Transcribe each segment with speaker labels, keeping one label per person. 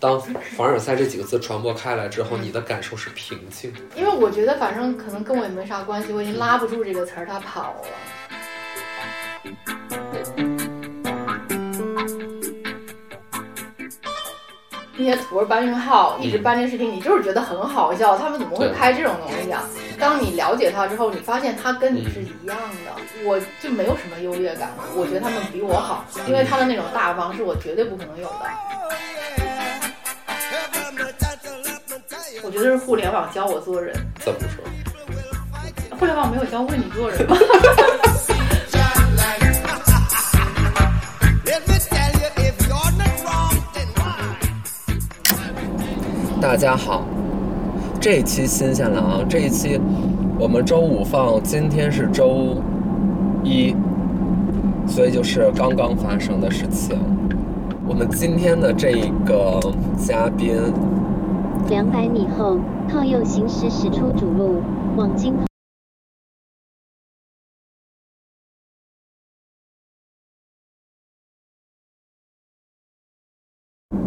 Speaker 1: 当凡尔赛这几个字传播开来之后，你的感受是平静的。
Speaker 2: 因为我觉得反正可能跟我也没啥关系，我已经拉不住这个词儿，它跑了。那些土味搬运号一直搬这事情，你就是觉得很好笑，他们怎么会拍这种东西啊？当你了解它之后，你发现它跟你是一样的，我就没有什么优越感，我觉得他们比我好，因为他的那种大方是我绝对不可能有的。我觉得是互联网教我做人，
Speaker 1: 怎么说？
Speaker 2: 互联网没有教会你做人吗？
Speaker 1: 大家好，这一期新鲜了啊！这一期我们周五放，今天是周一，所以就是刚刚发生的事情。我们今天的这个嘉宾，
Speaker 3: 两百米后，靠右行驶驶出主路，往金。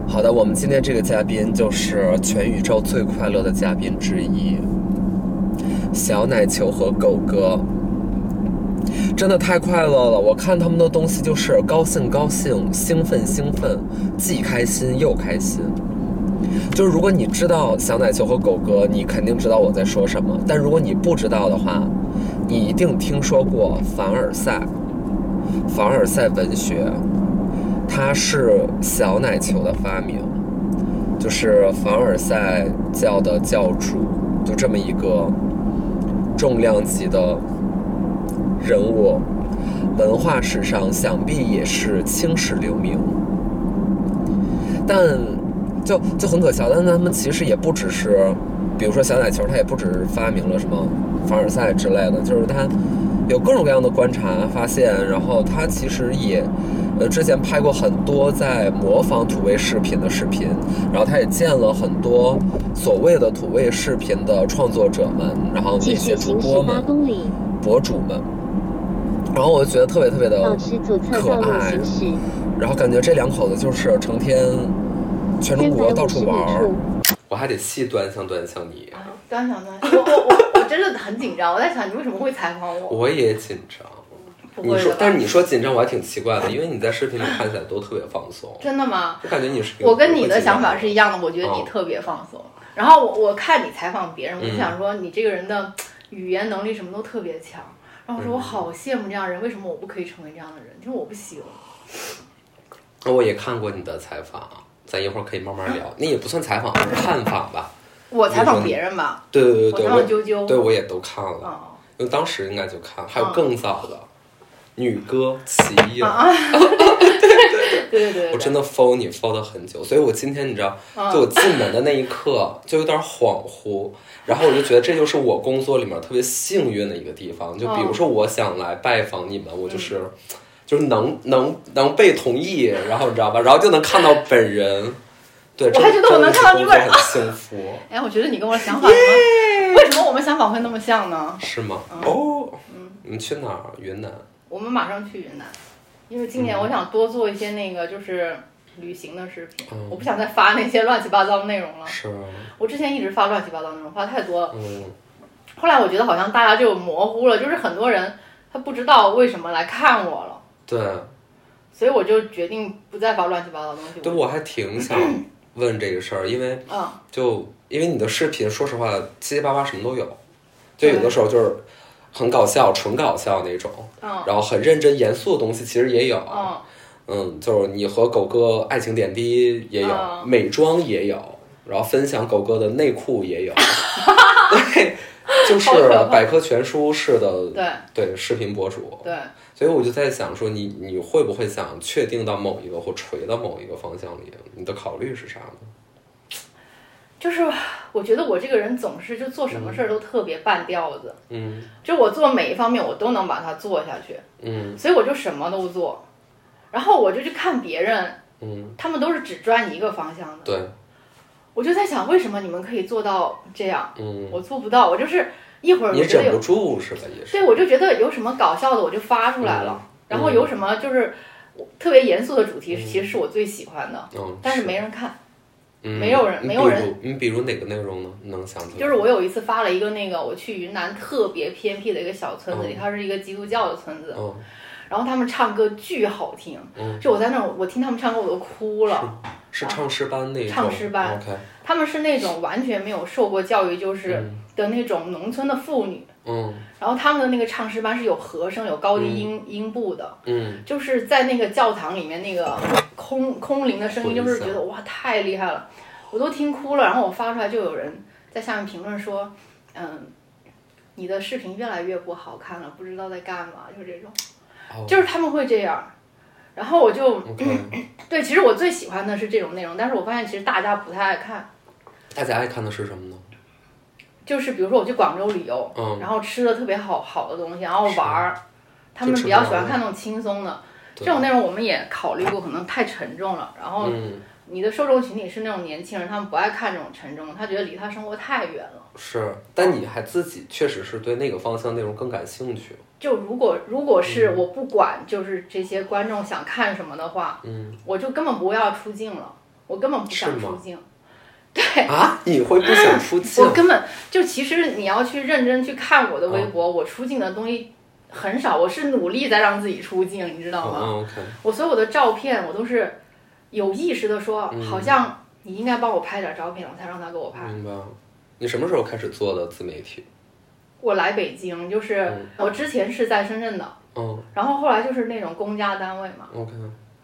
Speaker 1: 好的，我们今天这个嘉宾就是全宇宙最快乐的嘉宾之一，小奶球和狗哥，真的太快乐了。我看他们的东西就是高兴高兴，兴奋兴奋，既开心又开心。就是如果你知道小奶球和狗哥，你肯定知道我在说什么；但如果你不知道的话，你一定听说过凡尔赛，凡尔赛文学。它是小奶球的发明，就是凡尔赛教的教主，就这么一个重量级的人物，文化史上想必也是青史留名。但就就很可笑，但他们其实也不只是，比如说小奶球，他也不只是发明了什么凡尔赛之类的，就是他有各种各样的观察发现，然后他其实也。呃，之前拍过很多在模仿土味视频的视频，然后他也见了很多所谓的土味视频的创作者们，然后美
Speaker 3: 继
Speaker 1: 学
Speaker 3: 续
Speaker 1: 主
Speaker 3: 行
Speaker 1: 播
Speaker 3: 驶八
Speaker 1: 们、
Speaker 3: 公里，
Speaker 1: 博主们，然后我就觉得特别特别
Speaker 3: 保
Speaker 1: 的
Speaker 3: 持左侧道
Speaker 1: 哦可
Speaker 3: 路
Speaker 1: 爱
Speaker 3: 行驶，
Speaker 1: 然后感觉这两口子就是成天全中
Speaker 3: 三百
Speaker 1: 国到
Speaker 3: 五十
Speaker 1: 处
Speaker 3: 米
Speaker 1: 玩儿
Speaker 3: 处，，
Speaker 1: 我还得细端详端详你，
Speaker 2: 端详端详， 我我我我真的很紧张，我在想你为什么会采访我？
Speaker 1: 我也紧张。
Speaker 2: 不
Speaker 1: 你
Speaker 2: 会的
Speaker 1: 说
Speaker 2: 吧，
Speaker 1: 但是你说紧张，我还挺奇怪的，因为你在视频里看起来都特别放松，
Speaker 2: 真的吗？
Speaker 1: 我感觉你是一个
Speaker 2: 我跟
Speaker 1: 不
Speaker 2: 你
Speaker 1: 会
Speaker 2: 的
Speaker 1: 紧张
Speaker 2: 想法
Speaker 1: 人
Speaker 2: 是一样的，我觉得你
Speaker 1: 嗯
Speaker 2: 特别放松。然后我我看你采访别人，我就
Speaker 1: 嗯
Speaker 2: 想说你这个人的语言能力什么都特别强。然后我说
Speaker 1: 嗯
Speaker 2: 我好羡慕这样的人，为什么我不可以成为这样的人？就是我不行。
Speaker 1: 哦我也看过你的采访，咱一会儿可以慢慢
Speaker 2: 嗯
Speaker 1: 聊。那也不算采访，看法吧。
Speaker 2: 我采访别人吧，
Speaker 1: 对对对
Speaker 2: 我采
Speaker 1: 对，
Speaker 2: 访
Speaker 1: 我
Speaker 2: 啾啾。
Speaker 1: 对我也都看了，
Speaker 2: 哦
Speaker 1: 因为当时应该就看，还有
Speaker 2: 嗯
Speaker 1: 更早的女歌齐
Speaker 2: 啊
Speaker 1: 呀，
Speaker 2: 啊！对对对对，
Speaker 1: 我真的 follow 你 follow 了很久，所以我今天你知道，就我
Speaker 2: 嗯
Speaker 1: 进门的那一刻就有点恍惚，然后我就觉得这就是我工作里面特别幸运的一个地方。就比
Speaker 2: 嗯
Speaker 1: 如说我想来拜访你们，我就是。就是能能能被同意，然后你知道吧，然后就能看到本人，对，
Speaker 2: 我还
Speaker 1: 真
Speaker 2: 觉
Speaker 1: 的
Speaker 2: 得我能看到你本人
Speaker 1: 真的是工作很幸福，
Speaker 2: 哎，我觉得你跟我的想法， 为什么我们想法会那么像呢？
Speaker 1: 是吗？
Speaker 2: 嗯
Speaker 1: 哦，
Speaker 2: 嗯
Speaker 1: 你们去哪儿？云南？
Speaker 2: 我们马上去云南，因为今
Speaker 1: 嗯
Speaker 2: 年我想多做一些那个就是旅行的视频，
Speaker 1: 嗯
Speaker 2: 我不想再发那些乱七八糟的内容了。
Speaker 1: 是，啊
Speaker 2: 我之前一直发乱七八糟内容，发太多了。
Speaker 1: 嗯，
Speaker 2: 后来我觉得好像大家就模糊了，就是很多人他不知道为什么来看我了，
Speaker 1: 对，
Speaker 2: 所以我就决定不再发乱七八糟的东西。
Speaker 1: 对，我还 挺想问这个事儿，因为
Speaker 2: 嗯，
Speaker 1: 就因为你的视频，说实话，七七八八什么都有，就有的
Speaker 2: 对
Speaker 1: 时候就是很搞笑，纯搞笑那种，
Speaker 2: 嗯
Speaker 1: 然后很认真严肃的东西其实也有，
Speaker 2: 嗯
Speaker 1: 嗯，就是你和狗哥爱情点滴也有，
Speaker 2: 嗯
Speaker 1: 美妆也有，然后分享狗哥的内裤也 有，对，就是
Speaker 2: 好可怕
Speaker 1: 百科全书式的
Speaker 2: 对
Speaker 1: 对视频博主，
Speaker 2: 对，
Speaker 1: 所以我就在想说你，你会不会想确定到某一个或垂到某一个方向里？你的考虑是啥呢？
Speaker 2: 就是我觉得我这个人总是就做什么事儿都特别半吊子，
Speaker 1: 嗯
Speaker 2: 就我做每一方面我都能把它做下去，
Speaker 1: 嗯
Speaker 2: 所以我就什么都做。然后我就去看别人，
Speaker 1: 嗯，
Speaker 2: 他们都是只转一个方向的，
Speaker 1: 对，
Speaker 2: 我就在想为什么你们可以做到这样，
Speaker 1: 嗯，
Speaker 2: 我做不到，我就是一会儿
Speaker 1: 你
Speaker 2: 我觉得
Speaker 1: 忍不
Speaker 2: 有，
Speaker 1: 住是吧？也是
Speaker 2: 对，我就觉得有什么搞笑的我就发出来了，然后有什么就是我特别严肃的主题，
Speaker 1: 嗯
Speaker 2: 其实是我最喜欢的，
Speaker 1: 嗯，
Speaker 2: 但是没人看，
Speaker 1: 嗯
Speaker 2: 没有人
Speaker 1: 你
Speaker 2: 没有
Speaker 1: 比
Speaker 2: 人
Speaker 1: 如你比如哪个内容呢？你能想起来？
Speaker 2: 就是我有一次发了一个那个我去云南特别偏僻的一个小村子里，
Speaker 1: 嗯
Speaker 2: 它是一个基督教的村子，
Speaker 1: 嗯
Speaker 2: 然后他们唱歌巨好听，
Speaker 1: 嗯，
Speaker 2: 就我在那儿我听他们唱歌我都哭了。
Speaker 1: 是唱诗班那一种。
Speaker 2: 啊唱诗班
Speaker 1: OK，
Speaker 2: 他们是那种完全没有受过教育，就是
Speaker 1: 嗯
Speaker 2: 的那种农村的妇女，
Speaker 1: 嗯
Speaker 2: 然后他们的那个唱诗班是有和声、有高低音、音部的，
Speaker 1: 嗯
Speaker 2: 就是在那个教堂里面那个空空灵的声音，
Speaker 1: 混一
Speaker 2: 就是
Speaker 1: 下
Speaker 2: 觉得哇太厉害了，我都听哭了。然后我发出来就有人在下面评论说，嗯，你的视频越来越不好看了，不知道在干嘛，就是这种，
Speaker 1: 哦
Speaker 2: 就是他们会这样。然后我就嗯
Speaker 1: OK，
Speaker 2: 对，其实我最喜欢的是这种内容，但是我发现其实大家不太爱看。
Speaker 1: 大家爱看的是什么呢？
Speaker 2: 就是比如说我去广州旅游，
Speaker 1: 嗯
Speaker 2: 然后吃的特别好好的东西，然后玩儿，他们
Speaker 1: 就吃
Speaker 2: 比较
Speaker 1: 不
Speaker 2: 喜
Speaker 1: 完了
Speaker 2: 欢看那种轻松的。
Speaker 1: 对
Speaker 2: 这种内容我们也考虑过，可能太沉重了。然后
Speaker 1: 嗯，
Speaker 2: 你的受众群体是那种年轻人，他们不爱看这种沉重的，他觉得离他生活太远了。
Speaker 1: 是，但你还自己确实是对那个方向内容更感兴趣。
Speaker 2: 就如果如果是
Speaker 1: 嗯
Speaker 2: 我不管，就是这些观众想看什么的话，
Speaker 1: 嗯
Speaker 2: 我就根本不要出镜了，我根本不想
Speaker 1: 是吗
Speaker 2: 出镜。
Speaker 1: 啊，你会不想出镜
Speaker 2: 我？根本就其实你要去认真去看我的
Speaker 1: 哦
Speaker 2: 微博，我出镜的东西很少，我是努力在让自己出镜，你知道
Speaker 1: 嗯
Speaker 2: 吗？
Speaker 1: 嗯 OK，
Speaker 2: 我所有的照片我都是有意识的说，
Speaker 1: 嗯
Speaker 2: 好像你应该帮我拍点照片，我才让他给我拍。
Speaker 1: 明白了。你什么时候开始做的自媒体？
Speaker 2: 我来北京就是
Speaker 1: 嗯
Speaker 2: 我之前是在深圳的，
Speaker 1: 嗯
Speaker 2: 然后后来就是那种公家单位嘛，
Speaker 1: ，OK，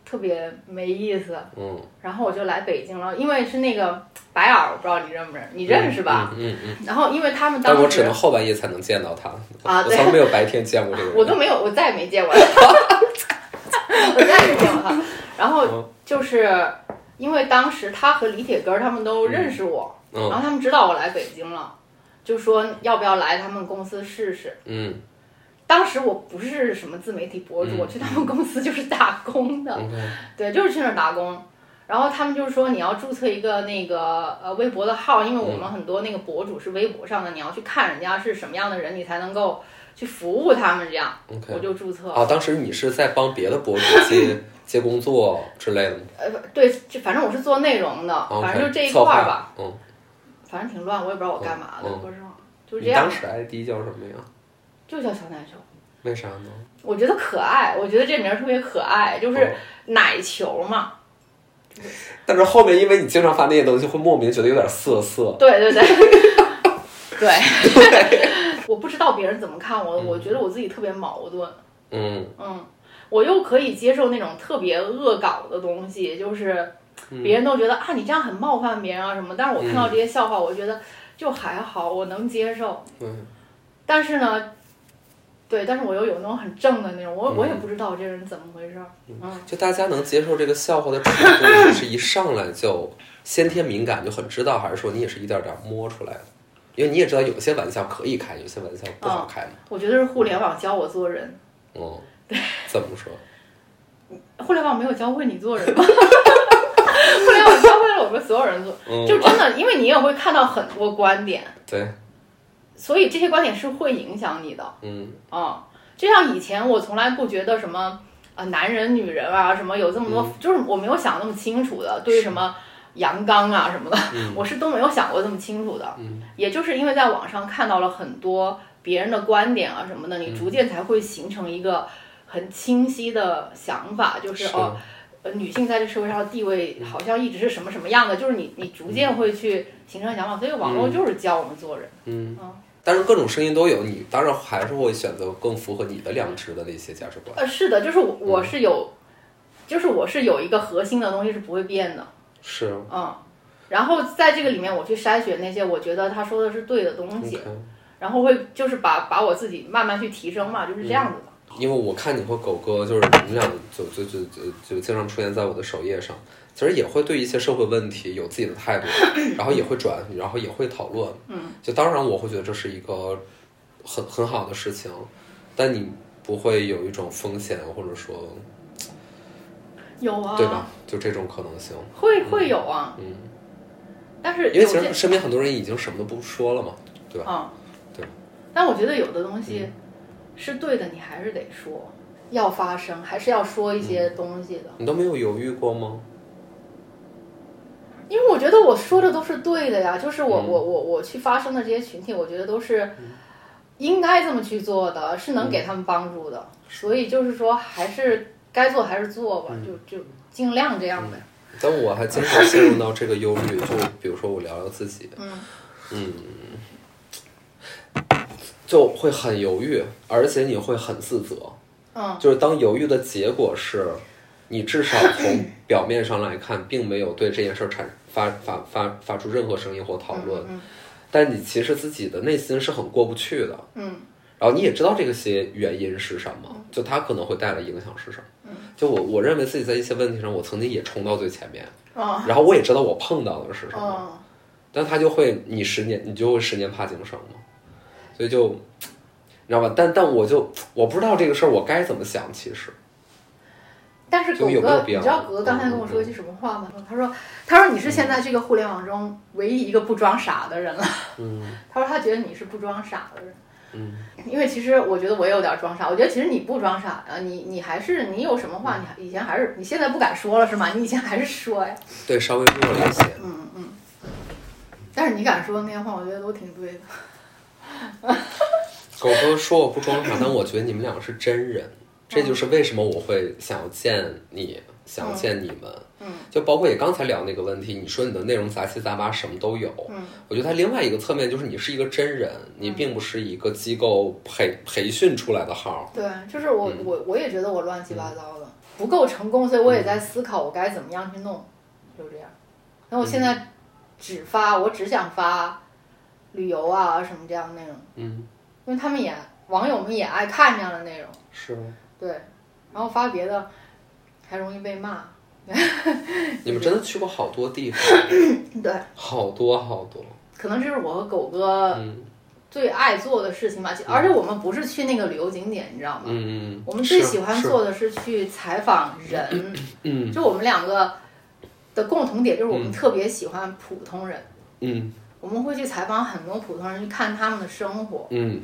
Speaker 2: 特别没意思，
Speaker 1: 嗯，
Speaker 2: 然后我就来北京了，因为是那个白耳，我不知道你认不认，你认识吧？？
Speaker 1: 嗯嗯嗯。
Speaker 2: 然后因为他们
Speaker 1: 但我
Speaker 2: 当
Speaker 1: 只
Speaker 2: 时
Speaker 1: 能。后半夜才能见到他，
Speaker 2: 啊
Speaker 1: 我
Speaker 2: 对
Speaker 1: 从没有白天见过这个人。
Speaker 2: 我都没有，我再也没见过他，我再也没见过他。然后
Speaker 1: 嗯
Speaker 2: 就是因为当时他和李铁根儿他们都认识我，然
Speaker 1: 嗯
Speaker 2: 后他们知道我来北京了，就说要不要来他们公司试试。
Speaker 1: 嗯
Speaker 2: 当时我不是什么自媒体博主，
Speaker 1: 嗯
Speaker 2: 我去他们公司就是打工的，
Speaker 1: ，OK，
Speaker 2: 对，就是去那儿打工。然后他们就是说你要注册一个那个呃微博的号，因为我们很多那个博主是微博上的，你要去看人家是什么样的人，你才能够去服务他们这样。我
Speaker 1: OK。
Speaker 2: 就注册了。
Speaker 1: 啊，当时你是在帮别的博主 接接工作之类的吗？啊
Speaker 2: 呃，对，这反正我是做内容的，
Speaker 1: o k
Speaker 2: 反正就这一块儿吧，。
Speaker 1: 嗯，
Speaker 2: 反正挺乱，我也不知道我干嘛的，
Speaker 1: 嗯嗯
Speaker 2: 不知道，就是这
Speaker 1: 你
Speaker 2: 样
Speaker 1: 当，时 ID 叫什么呀？
Speaker 2: 就叫小奶球。
Speaker 1: 为啥呢？
Speaker 2: 我觉得可爱，我觉得这名儿特别可爱，就是
Speaker 1: 哦
Speaker 2: 奶球嘛。
Speaker 1: 但是后面因为你经常发那些东西，会莫名觉得有点涩 涩。
Speaker 2: 对对对，对， 我不知道别人怎么看我，我觉得我自己特别矛盾。
Speaker 1: 嗯
Speaker 2: 嗯，我又可以接受那种特别恶搞的东西，就是别人都觉得、啊你这样很冒犯别人啊什么，但是我看到这些笑话，我觉得就还好，我能接受。
Speaker 1: 嗯，
Speaker 2: 但是呢，对，但是我又有那种很正的那种，我我也
Speaker 1: 嗯
Speaker 2: 不知道这人怎么回事儿。嗯，
Speaker 1: 就大家能接受这个笑话的尺度，是一上来就先天敏感就很知道，还是说你也是一点点摸出来的？因为你也知道有些玩笑可以开，有些玩笑不好开嘛。
Speaker 2: 我觉得是互联网教我做人，
Speaker 1: 嗯，
Speaker 2: 哦
Speaker 1: 怎么说？
Speaker 2: 互联网没有教会你做人吧？ 互联网教会了我们所有人做，
Speaker 1: 嗯，
Speaker 2: 就真的，因为你也会看到很多观点，
Speaker 1: 对，
Speaker 2: 所以这些观点是会影响你的。
Speaker 1: 嗯
Speaker 2: 啊、就像以前我从来不觉得什么啊、男人、女人啊什么有这么多，
Speaker 1: 嗯
Speaker 2: 就是我没有想那么清楚的，对于什么阳刚啊什 么的，
Speaker 1: 嗯
Speaker 2: 我是都没有想过这么清楚的。
Speaker 1: 嗯
Speaker 2: 也就是因为在网上看到了很多别人的观点啊什么的，你
Speaker 1: 嗯
Speaker 2: 逐渐才会形成一个很清晰的想法，就是
Speaker 1: 是嗯
Speaker 2: 哦。呃，女性在这社会上的地位好像一直是什么什么样的，就是你你逐渐会去形成想法，所以网络
Speaker 1: 嗯
Speaker 2: 就是教我们做人。
Speaker 1: 嗯
Speaker 2: 嗯。
Speaker 1: 但是各种声音都有，你当然还是会选择更符合你的良知的那些价值观。
Speaker 2: 呃，是的，就是我
Speaker 1: 嗯
Speaker 2: 我是有，就是我是有一个核心的东西是不会变的，
Speaker 1: 是
Speaker 2: 嗯。然后在这个里面，我去筛选那些我觉得他说的是对的东西，
Speaker 1: ，OK。
Speaker 2: 然后会就是把把我自己慢慢去提升嘛，就是这样子的。
Speaker 1: 因为我看你和狗哥，就是你们俩就就就就就经常出现在我的首页上，其实也会对一些社会问题有自己的态度，然后也会转，然后也会讨论。
Speaker 2: 嗯，
Speaker 1: 就当然我会觉得这是一个很很好的事情，但你不会有一种风险或者说
Speaker 2: 有啊，
Speaker 1: 对吧？就这种可能性，
Speaker 2: 会会有啊，
Speaker 1: 嗯，
Speaker 2: 但是
Speaker 1: 因为
Speaker 2: 有
Speaker 1: 其
Speaker 2: 些
Speaker 1: 实身边很多人已经什么都不说了嘛，对吧？
Speaker 2: 嗯，
Speaker 1: 对。嗯
Speaker 2: 但我觉得有的东西是对的，你还是得说，要发
Speaker 1: 嗯
Speaker 2: 声，还是要说一些东西的。
Speaker 1: 你都没有犹豫过吗？
Speaker 2: 因为我觉得我说的都是对的呀，就是
Speaker 1: 嗯
Speaker 2: 我我我我去发声的这些群体，我觉得都是应该这么去做的，是能
Speaker 1: 嗯
Speaker 2: 给他们帮助的。所以就是说，还是该做还是做
Speaker 1: 嗯
Speaker 2: 吧，就就尽量这样呗。
Speaker 1: 但我还经 常陷入到这个忧虑，就比如说我聊聊自己，
Speaker 2: 嗯
Speaker 1: 嗯，就会很犹豫，而且你会很自责。
Speaker 2: 嗯，
Speaker 1: 就是当犹豫的结果是，你至少从表面上来看，并没有对这件事儿产发发发发出任何声音或讨论，
Speaker 2: 嗯
Speaker 1: 但你其实自己的内心是很过不去的。
Speaker 2: 嗯
Speaker 1: 然后你也知道这个些原因是什么，就它可能会带来影响是什
Speaker 2: 嗯
Speaker 1: 么。就我我认为自己在一些问题上，我曾经也冲到最前面，
Speaker 2: 嗯
Speaker 1: 然后我也知道我碰到的是什么，
Speaker 2: 嗯，
Speaker 1: 但它就会你十年你就会十年怕井绳嘛，所以就你知道吧？但但我就我不知道这个事儿我该怎么想，其实。
Speaker 2: 但是
Speaker 1: 就
Speaker 2: 狗
Speaker 1: 有没有
Speaker 2: 哥，
Speaker 1: 必
Speaker 2: 你
Speaker 1: 要嗯
Speaker 2: 知道狗哥刚才跟我说一句什么话吗？他说：“他说你是现在这个互联网中唯一一个不装傻的人了。”
Speaker 1: 嗯
Speaker 2: 他说他觉得你是不装傻的人。
Speaker 1: 嗯，
Speaker 2: 因为其实我觉得我也有点装傻，我觉得其实你不装傻呀，你你还是你有什么
Speaker 1: 嗯
Speaker 2: 话，你还以前还是你现在不敢说了是吗？你以前还是说呀，
Speaker 1: 对，稍微弱了一些。
Speaker 2: 嗯嗯。但是你敢说的那些话，我觉得都挺对的。
Speaker 1: 狗哥说我不装傻，但我觉得你们两个是真人，这就是为什么我会想要见你，想要见你们。
Speaker 2: 嗯，
Speaker 1: 就包括也刚才聊那个问题，你说你的内容杂七杂八，什么都有。
Speaker 2: 嗯，
Speaker 1: 我觉得它另外一个侧面就是你是一个真人，你并不是一个机构培培训出来的号。
Speaker 2: 对，就是我
Speaker 1: 嗯
Speaker 2: 我我也觉得我乱七八糟的，不够成功，所以我也在思考我该怎么样去弄，就这样。那我现
Speaker 1: 嗯
Speaker 2: 在只发，我只想发旅游啊什么这样的内容，
Speaker 1: 嗯，
Speaker 2: 因为他们也网友们也爱看这样的内容。
Speaker 1: 是。
Speaker 2: 对，然后发别的还容易被骂。
Speaker 1: 你们真的去过好多地方，
Speaker 2: 对，
Speaker 1: 好多好多。
Speaker 2: 可能这是我和狗哥
Speaker 1: 嗯
Speaker 2: 最爱做的事情吧。而且我们不是去那个旅游景点，你知道吗？
Speaker 1: 嗯嗯。
Speaker 2: 我们最
Speaker 1: 是
Speaker 2: 喜欢
Speaker 1: 是
Speaker 2: 做的是去采访人，
Speaker 1: 嗯
Speaker 2: 就我们两个的共同点就是我们
Speaker 1: 嗯
Speaker 2: 特别喜欢普通人，
Speaker 1: 嗯
Speaker 2: 我们会去采访很多普通人，去看他们的生活。
Speaker 1: 嗯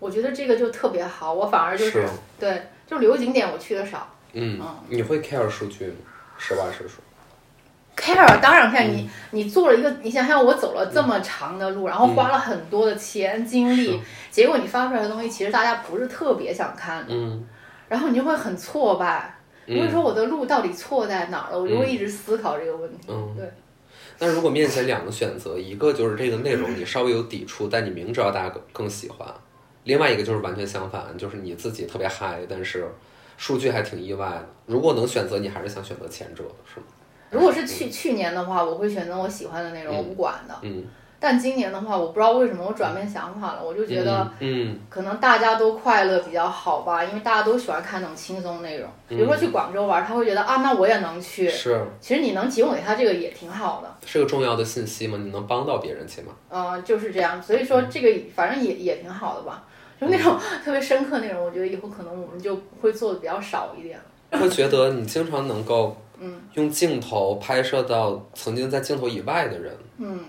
Speaker 2: 我觉得这个就特别好，我反而就是对，就旅游景点我去的少。
Speaker 1: 嗯
Speaker 2: 嗯，
Speaker 1: 你会 care 数据吗？实话实说。
Speaker 2: care 当然 care，、你你做了一个，你想想我走了这么长的路，然后
Speaker 1: 嗯嗯
Speaker 2: 花了很多的钱精力，结果你发出来的东西其实大家不是特别想看的，
Speaker 1: 嗯。
Speaker 2: 然后你就会很挫败，
Speaker 1: 嗯
Speaker 2: 你会说我的路到底错在哪儿了，我就
Speaker 1: 嗯
Speaker 2: 会一直思考这个问题。
Speaker 1: 嗯，
Speaker 2: 对。
Speaker 1: 那如果面前两个选择，一个就是这个内容你稍微有抵触，但你明知道大家更更喜欢；另外一个就是完全相反，就是你自己特别嗨，但是数据还挺意外的。如果能选择，你还是想选择前者的，是吗？
Speaker 2: 如果是去去年的话，我会选择我喜欢的内容，
Speaker 1: 嗯
Speaker 2: 我不管的。
Speaker 1: 嗯，
Speaker 2: 但今年的话，我不知道为什么我转变想法了，我就觉得
Speaker 1: 嗯，
Speaker 2: 可能大家都快乐比较好吧，因为大家都喜欢看那种轻松内容。比如说去广州玩，他会觉得啊，那我也能去
Speaker 1: 嗯，是
Speaker 2: 其实你能提供给他这个也挺好的，
Speaker 1: 是个重要的信息吗？你能帮到别人起码。
Speaker 2: 嗯、就是这样。所以说这个反正也也挺好的吧，就那种 特别深刻那种，我觉得以后可能我们就会做的比较少一点了。
Speaker 1: 会觉得你经常能够
Speaker 2: 嗯
Speaker 1: 用镜头拍摄到曾经在镜头以外的人，
Speaker 2: 嗯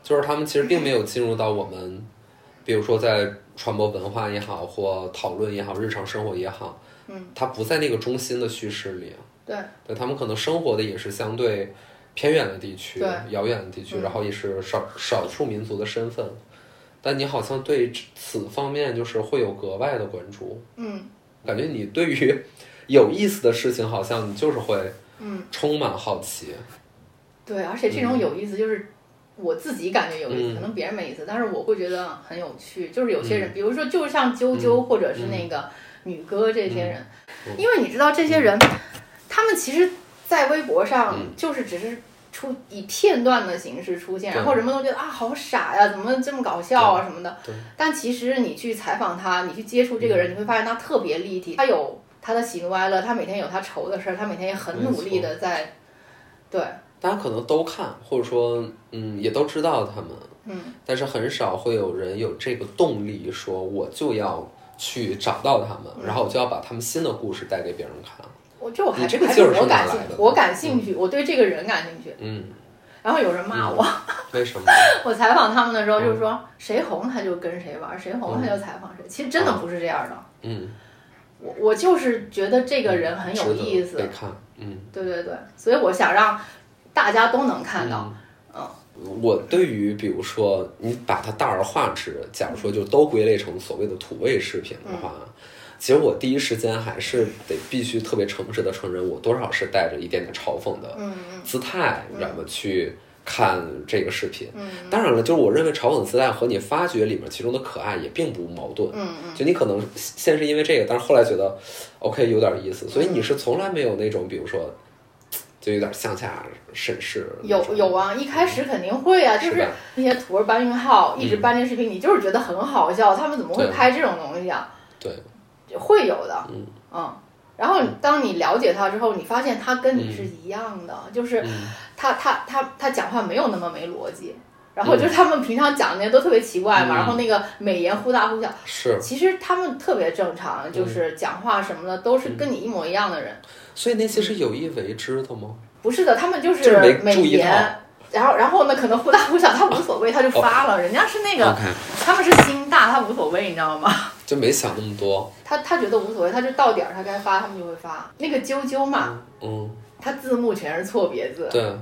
Speaker 1: 就是他们其实并没有进入到我们，比如说在传播文化也好，或讨论也好，日常生活也好，
Speaker 2: 嗯，
Speaker 1: 他不在那个中心的叙事里，
Speaker 2: 对，
Speaker 1: 对他们可能生活的也是相对偏远的地区
Speaker 2: 对、
Speaker 1: 遥远的地区，
Speaker 2: 嗯
Speaker 1: 然后也是少少数民族的身份，但你好像对此方面就是会有格外的关注，
Speaker 2: 嗯
Speaker 1: 感觉你对于 有意思的事情，好像你就是会
Speaker 2: 嗯，
Speaker 1: 充满好奇，
Speaker 2: 对，而且这种有意思就是。我自己感觉有意思，
Speaker 1: 嗯
Speaker 2: 可能别人没意思，但是我会觉得很有趣。就是有些人，比如说，就像啾啾或者是那个女哥这些人，
Speaker 1: 嗯
Speaker 2: 因为你知道这些人，他们其实，在微博上
Speaker 1: 嗯
Speaker 2: 就是只是出以片段的形式出现，
Speaker 1: 对
Speaker 2: 然后人们都觉得啊好傻呀，怎么这么搞笑啊什么的
Speaker 1: 对。嗯
Speaker 2: 但其实你去采访他，你去接触这个人，你会发现他特别立体，他有他的喜怒哀乐，他每天有他愁的事儿，他每天也很努力的在，对，
Speaker 1: 大家可能都看，或者说，嗯，也都知道他们，
Speaker 2: 嗯，
Speaker 1: 但是很少会有人有这个动力，说我就要去找到他们，
Speaker 2: 嗯
Speaker 1: 然后我就要把他们新的故事带给别人看。
Speaker 2: 我就还
Speaker 1: 你这个
Speaker 2: 还
Speaker 1: 劲
Speaker 2: 是
Speaker 1: 儿是
Speaker 2: 我
Speaker 1: 哪
Speaker 2: 感
Speaker 1: 来
Speaker 2: 兴
Speaker 1: 的呢
Speaker 2: 我感兴趣，我对这个人感兴趣。
Speaker 1: 嗯，
Speaker 2: 然后有人骂我，
Speaker 1: 为什么？
Speaker 2: 我采访他们的时候
Speaker 1: 嗯
Speaker 2: 就是说，谁红他就跟谁玩，谁红他就采访谁。其实真的不是这样的，
Speaker 1: 嗯，
Speaker 2: 我我就是觉得这个人很有意
Speaker 1: 值得被
Speaker 2: 思，
Speaker 1: 看。嗯
Speaker 2: 对对对，所以我想让大家都能看到。嗯，
Speaker 1: 我对于比如说你把它大而化之，假如说就都归类成所谓的土味食品的
Speaker 2: 嗯
Speaker 1: 话，其实我第一时间还是得必须特别诚实的承认，我多少是带着一点点嘲讽的
Speaker 2: 嗯嗯
Speaker 1: 姿态，然后去看这个视频。
Speaker 2: 嗯
Speaker 1: 当然了，就是我认为嘲讽的姿态和你发掘里面其中的可爱也并不矛盾。
Speaker 2: 嗯嗯，
Speaker 1: 就你可能先是因为这个，但是后来觉得 OK 有点意思，所以
Speaker 2: 嗯
Speaker 1: 你是从来没有那种比如说，就有点向下审视那
Speaker 2: 有
Speaker 1: 种。
Speaker 2: 有啊，一开始肯定会啊，就是是
Speaker 1: 吧
Speaker 2: 那些土味搬运号一直
Speaker 1: 嗯
Speaker 2: 搬这视频，你就是觉得很好笑，他们怎么会
Speaker 1: 对
Speaker 2: 拍这种东西啊？
Speaker 1: 对，
Speaker 2: 会有的，
Speaker 1: 嗯
Speaker 2: 然后当你了解他之后，你发现他跟你是一样的，就是
Speaker 1: 嗯
Speaker 2: 他他他他讲话没有那么没逻辑。然后就是他们平常讲的那些都特别奇怪嘛，
Speaker 1: 嗯
Speaker 2: 然后那个美颜忽大忽小，
Speaker 1: 是。
Speaker 2: 其实他们特别正常，
Speaker 1: 嗯
Speaker 2: 就是讲话什么的都是跟你一模一样的人。
Speaker 1: 所以那些是有意为之的吗？
Speaker 2: 不是的，他们就
Speaker 1: 就是是没
Speaker 2: 美
Speaker 1: 注意到哦
Speaker 2: 颜，然后然后呢，可能忽大忽小，他无所谓，他就发了。人家是那个，他们是心大，他无所谓，你知道吗？
Speaker 1: 就没想那么多。
Speaker 2: 他他觉得无所谓，他就到点儿他该发，他们就会发。那个啾啾嘛，
Speaker 1: 嗯，
Speaker 2: 他字幕全是错别字，
Speaker 1: 对，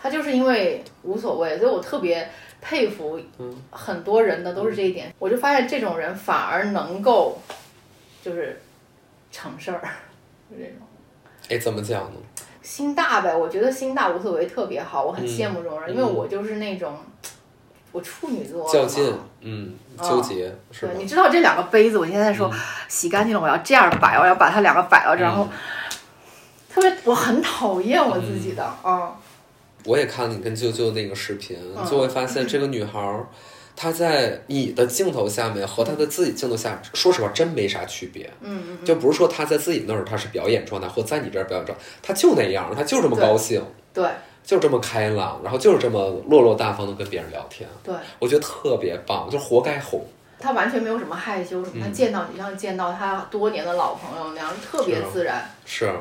Speaker 2: 他就是因为无所谓，所以我特别佩服
Speaker 1: 嗯
Speaker 2: 很多人的都是这一点。我就发现这种人反而能够就是成事儿，就这种。
Speaker 1: 哎，怎么讲呢？
Speaker 2: 心大呗，我觉得心大无所谓特别好，我很羡慕这种人，
Speaker 1: 嗯
Speaker 2: 因为我就是那种，我处女座嘛
Speaker 1: 较劲，嗯，纠结、是嗯吧
Speaker 2: 对，？你知道这两个杯子，我现在说、洗干净了，我要这样摆，我要把它两个摆到这儿，然后、
Speaker 1: 嗯
Speaker 2: 特别，我很讨厌我自己的，嗯，
Speaker 1: 我也看了你跟舅舅那个视频，
Speaker 2: 嗯
Speaker 1: 就会发现这个女孩儿，她在你的镜头下面和她的自己镜头下，说实话真没啥区别。
Speaker 2: 嗯嗯，
Speaker 1: 就不是说她在自己那儿她是表演状态，或在你这儿表演状态，她就那样，她就这么高兴，
Speaker 2: 对
Speaker 1: 就这么开朗，然后就是这么落落大方的跟别人聊天，
Speaker 2: 对，
Speaker 1: 我觉得特别棒，就活该红。
Speaker 2: 他完全没有什么害羞什么，他
Speaker 1: 嗯
Speaker 2: 见到你像见到他多年的老朋友那样，特别
Speaker 1: 是啊
Speaker 2: 自然，
Speaker 1: 是，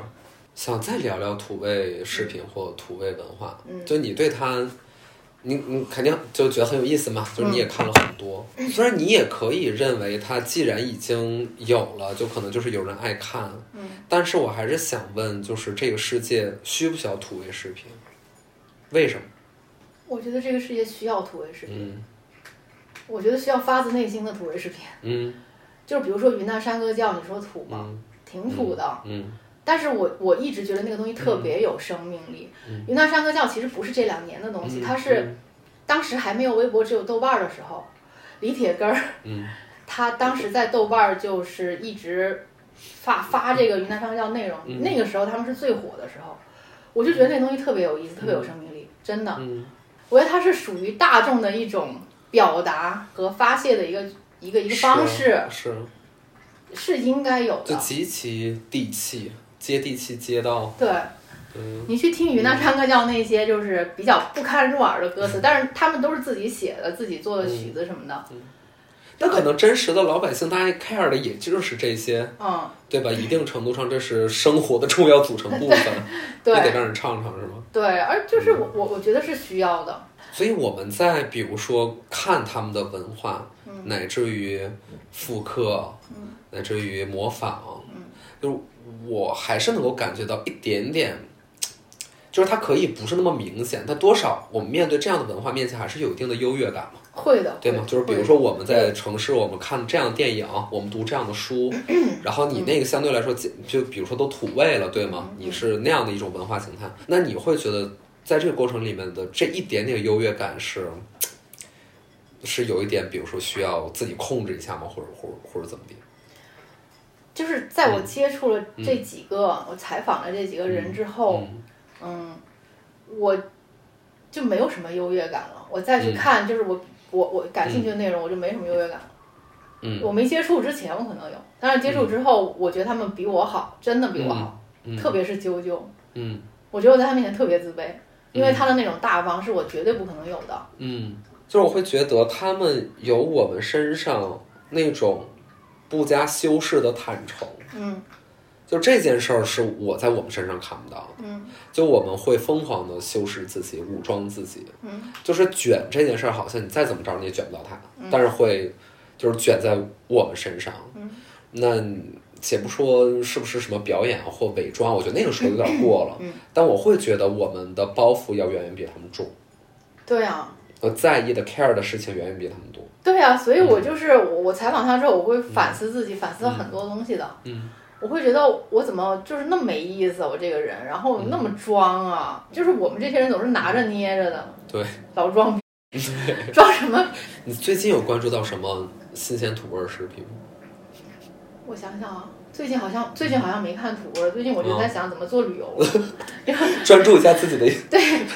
Speaker 1: 想再聊聊土味食品或土味文化，
Speaker 2: 嗯
Speaker 1: 就你对它，你你肯定就觉得很有意思嘛，就是
Speaker 2: 嗯
Speaker 1: 你也看了很多，虽然你也可以认为它既然已经有了，就可能就是有人爱看，
Speaker 2: 嗯，
Speaker 1: 但是我还是想问，就是这个世界需不需要土味食品？为什么？
Speaker 2: 我觉得这个世界需要土味食品，
Speaker 1: 嗯
Speaker 2: 我觉得需要发自内心的土味食品，
Speaker 1: 嗯
Speaker 2: 就是比如说云南山歌叫，你说土吗？
Speaker 1: 嗯
Speaker 2: 挺土的，
Speaker 1: 嗯
Speaker 2: 但是我我一直觉得那个东西特别有生命力。
Speaker 1: 嗯
Speaker 2: 云南山歌教其实不是这两年的东西，
Speaker 1: 嗯
Speaker 2: 它是当时还没有微博，只有豆瓣儿的时候，李铁根儿
Speaker 1: 嗯
Speaker 2: 他当时在豆瓣儿就是一直发发这个云南山歌教内容，
Speaker 1: 嗯
Speaker 2: 那个时候他们是最火的时候，我就觉得那东西特别有意思，特别有生命力，真的，
Speaker 1: 嗯
Speaker 2: 我觉得它是属于大众的一种表达和发泄的一个一个一
Speaker 1: 嗯，
Speaker 2: 个方式，
Speaker 1: 是啊
Speaker 2: 是应该有
Speaker 1: 就
Speaker 2: 的。
Speaker 1: 极其地气，接地气，接到
Speaker 2: 对，
Speaker 1: 嗯
Speaker 2: 你去听云南山歌教那些就是比较不堪入耳的歌
Speaker 1: 嗯
Speaker 2: 词，但是他们都是自己写的、自己做的曲子什么的。
Speaker 1: 那可能真实的老百姓，大家 care 的也就是这些，
Speaker 2: 嗯，
Speaker 1: 对吧？一定程度上，这是生活的重要组成部分，也得
Speaker 2: 对
Speaker 1: 让人唱唱，是吗？
Speaker 2: 对，而就是
Speaker 1: 嗯
Speaker 2: 我我我觉得是需要的。
Speaker 1: 所以我们在比如说看他们的文化，乃至于复刻，乃至于模仿，就是我还是能够感觉到一点点。就是它可以不是那么明显，但多少我们面对这样的文化面前还是有一定的优越感嘛。
Speaker 2: 会的，
Speaker 1: 对吗
Speaker 2: 会？的
Speaker 1: 就是比如，说我们在城市，我们看这样的电影，我们读这样的 书，然后你那个相对来说，就比如说都土味了，对
Speaker 2: 嗯
Speaker 1: 吗？你是那样的一种文化形态，那你会觉得在这个过程里面的这一点点优越感是，是有一点，比如说需要自己控制一下吗？或者或者或者怎么地？
Speaker 2: 就是在我接触了这几个，我采访了这几个人之后，
Speaker 1: 嗯嗯
Speaker 2: 嗯我就没有什么优越感了。我再
Speaker 1: 嗯
Speaker 2: 去看，就是我我我感兴趣的内容，我就没什么优越感了。
Speaker 1: 嗯
Speaker 2: 我没接触之前，我可能有，但是接触之后，我觉得他们比我好，真的比我好，
Speaker 1: 嗯
Speaker 2: 特别是啾啾。
Speaker 1: 嗯
Speaker 2: 我觉得我在他面前特别自卑，因为他的那种大方是我绝对不可能有的。
Speaker 1: 嗯，就是我会觉得他们有我们身上那种不加修饰的坦诚。
Speaker 2: 嗯
Speaker 1: 就这件事儿是我在我们身上看不到的，
Speaker 2: 嗯
Speaker 1: 就我们会疯狂的修饰自己、武装自己，
Speaker 2: 嗯，
Speaker 1: 就是卷这件事儿，好像你再怎么着你也卷不到它，但是会就是卷在我们身上。
Speaker 2: 嗯
Speaker 1: 那你且不说是不是什么表演啊或伪装，我觉得那个时候有 点过了，
Speaker 2: 嗯
Speaker 1: 但我会觉得我们的包袱要远远比他们重，
Speaker 2: 对啊，
Speaker 1: 我在意的 care 的事情远远比他们多。
Speaker 2: 对啊，所以
Speaker 1: 嗯
Speaker 2: 我就是我，我采访他之后，我会反思自己，反思很多东西的。
Speaker 1: 嗯，
Speaker 2: 我会觉得我怎么就是那么没意思，啊我这个人，然后那么
Speaker 1: 嗯
Speaker 2: 装啊，就是我们这些人总是拿着捏着的，
Speaker 1: 对，
Speaker 2: 老装 逼，装什么？
Speaker 1: 你最近有关注到什么新鲜土味儿食品吗？
Speaker 2: 我想想啊，最近好像最近好像没看图了，最近我就
Speaker 1: 哦
Speaker 2: 在想怎么做旅游了，
Speaker 1: 专注一下自己的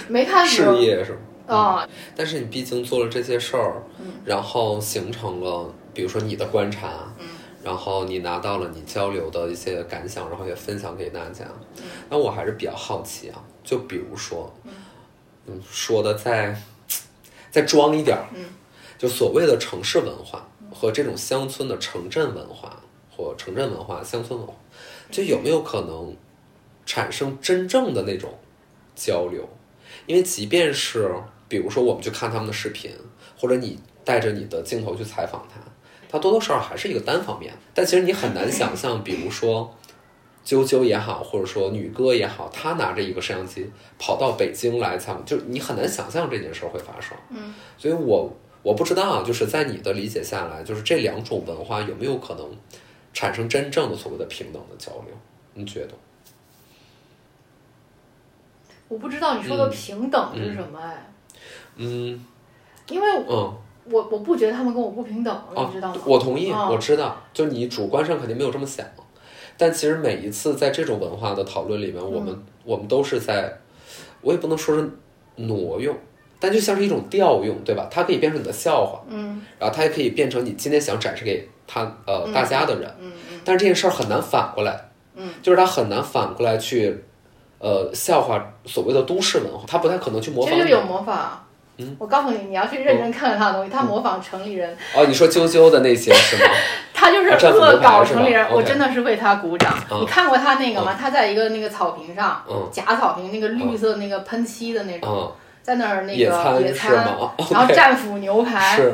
Speaker 2: 没看
Speaker 1: 事
Speaker 2: 图
Speaker 1: 业嗯是吗？
Speaker 2: 啊，
Speaker 1: 但是你毕竟做了这些事儿，然后形成了，比如说你的观察，然后你拿到了你交流的一些感想，然后也分享给大家。那我还是比较好奇啊，就比如说，嗯，说的再再装一点儿，就所谓的城市文化和这种乡村的城镇文化或城镇文化、乡村文化，就有没有可能产生真正的那种交流？因为即便是比如说我们去看他们的视频，或者你带着你的镜头去采访他，他多多少少还是一个单方面。但其实你很难想象，比如说啾啾也好，或者说女歌也好，她拿着一个摄像机跑到北京来采访，就你很难想象这件事儿会发生。
Speaker 2: 嗯，
Speaker 1: 所以我我不知道啊，就是在你的理解下来，就是这两种文化有没有可能产生真正的所谓的平等的交流？你觉得？
Speaker 2: 我不知道你说的
Speaker 1: 嗯
Speaker 2: 平等是什么哎，
Speaker 1: 嗯
Speaker 2: 因为我
Speaker 1: 嗯。
Speaker 2: 我我不觉得他们跟我不平等，你知道吗？
Speaker 1: 哦我同意，
Speaker 2: 啊
Speaker 1: 我知道，就你主观上肯定没有这么想，但其实每一次在这种文化的讨论里面，我们、
Speaker 2: 嗯
Speaker 1: 我们都是在，我也不能说是挪用，但就像是一种调用，对吧？它可以变成你的笑话，
Speaker 2: 嗯
Speaker 1: 然后它也可以变成你今天想展示给他呃
Speaker 2: 嗯
Speaker 1: 大家的人，
Speaker 2: 嗯嗯
Speaker 1: 但是这件事儿很难反过来，
Speaker 2: 嗯，
Speaker 1: 就是它很难反过来去。呃，笑话所谓的都市文化，它不太可能去模
Speaker 2: 其
Speaker 1: 仿
Speaker 2: 实就
Speaker 1: 你。
Speaker 2: 有模仿。我告诉你，你要去认真看看他的东西，他
Speaker 1: 嗯
Speaker 2: 模仿城里人，
Speaker 1: 哦，你说啾啾的那些 是吗？
Speaker 2: 他就是
Speaker 1: 啊这样子
Speaker 2: 恶
Speaker 1: 模仿
Speaker 2: 搞
Speaker 1: 的是吧
Speaker 2: 城里人，我
Speaker 1: OK
Speaker 2: 真的是为他鼓掌。
Speaker 1: 嗯
Speaker 2: 你看过他那个吗？他在一个那个草坪上，
Speaker 1: 嗯
Speaker 2: 假草坪，那个绿色那个喷漆的那种，
Speaker 1: 嗯，
Speaker 2: 在那儿那
Speaker 1: 野
Speaker 2: 个
Speaker 1: 餐
Speaker 2: 野
Speaker 1: 是
Speaker 2: 餐，
Speaker 1: 吗？
Speaker 2: 然后
Speaker 1: OK，
Speaker 2: 战斧牛排，
Speaker 1: 是，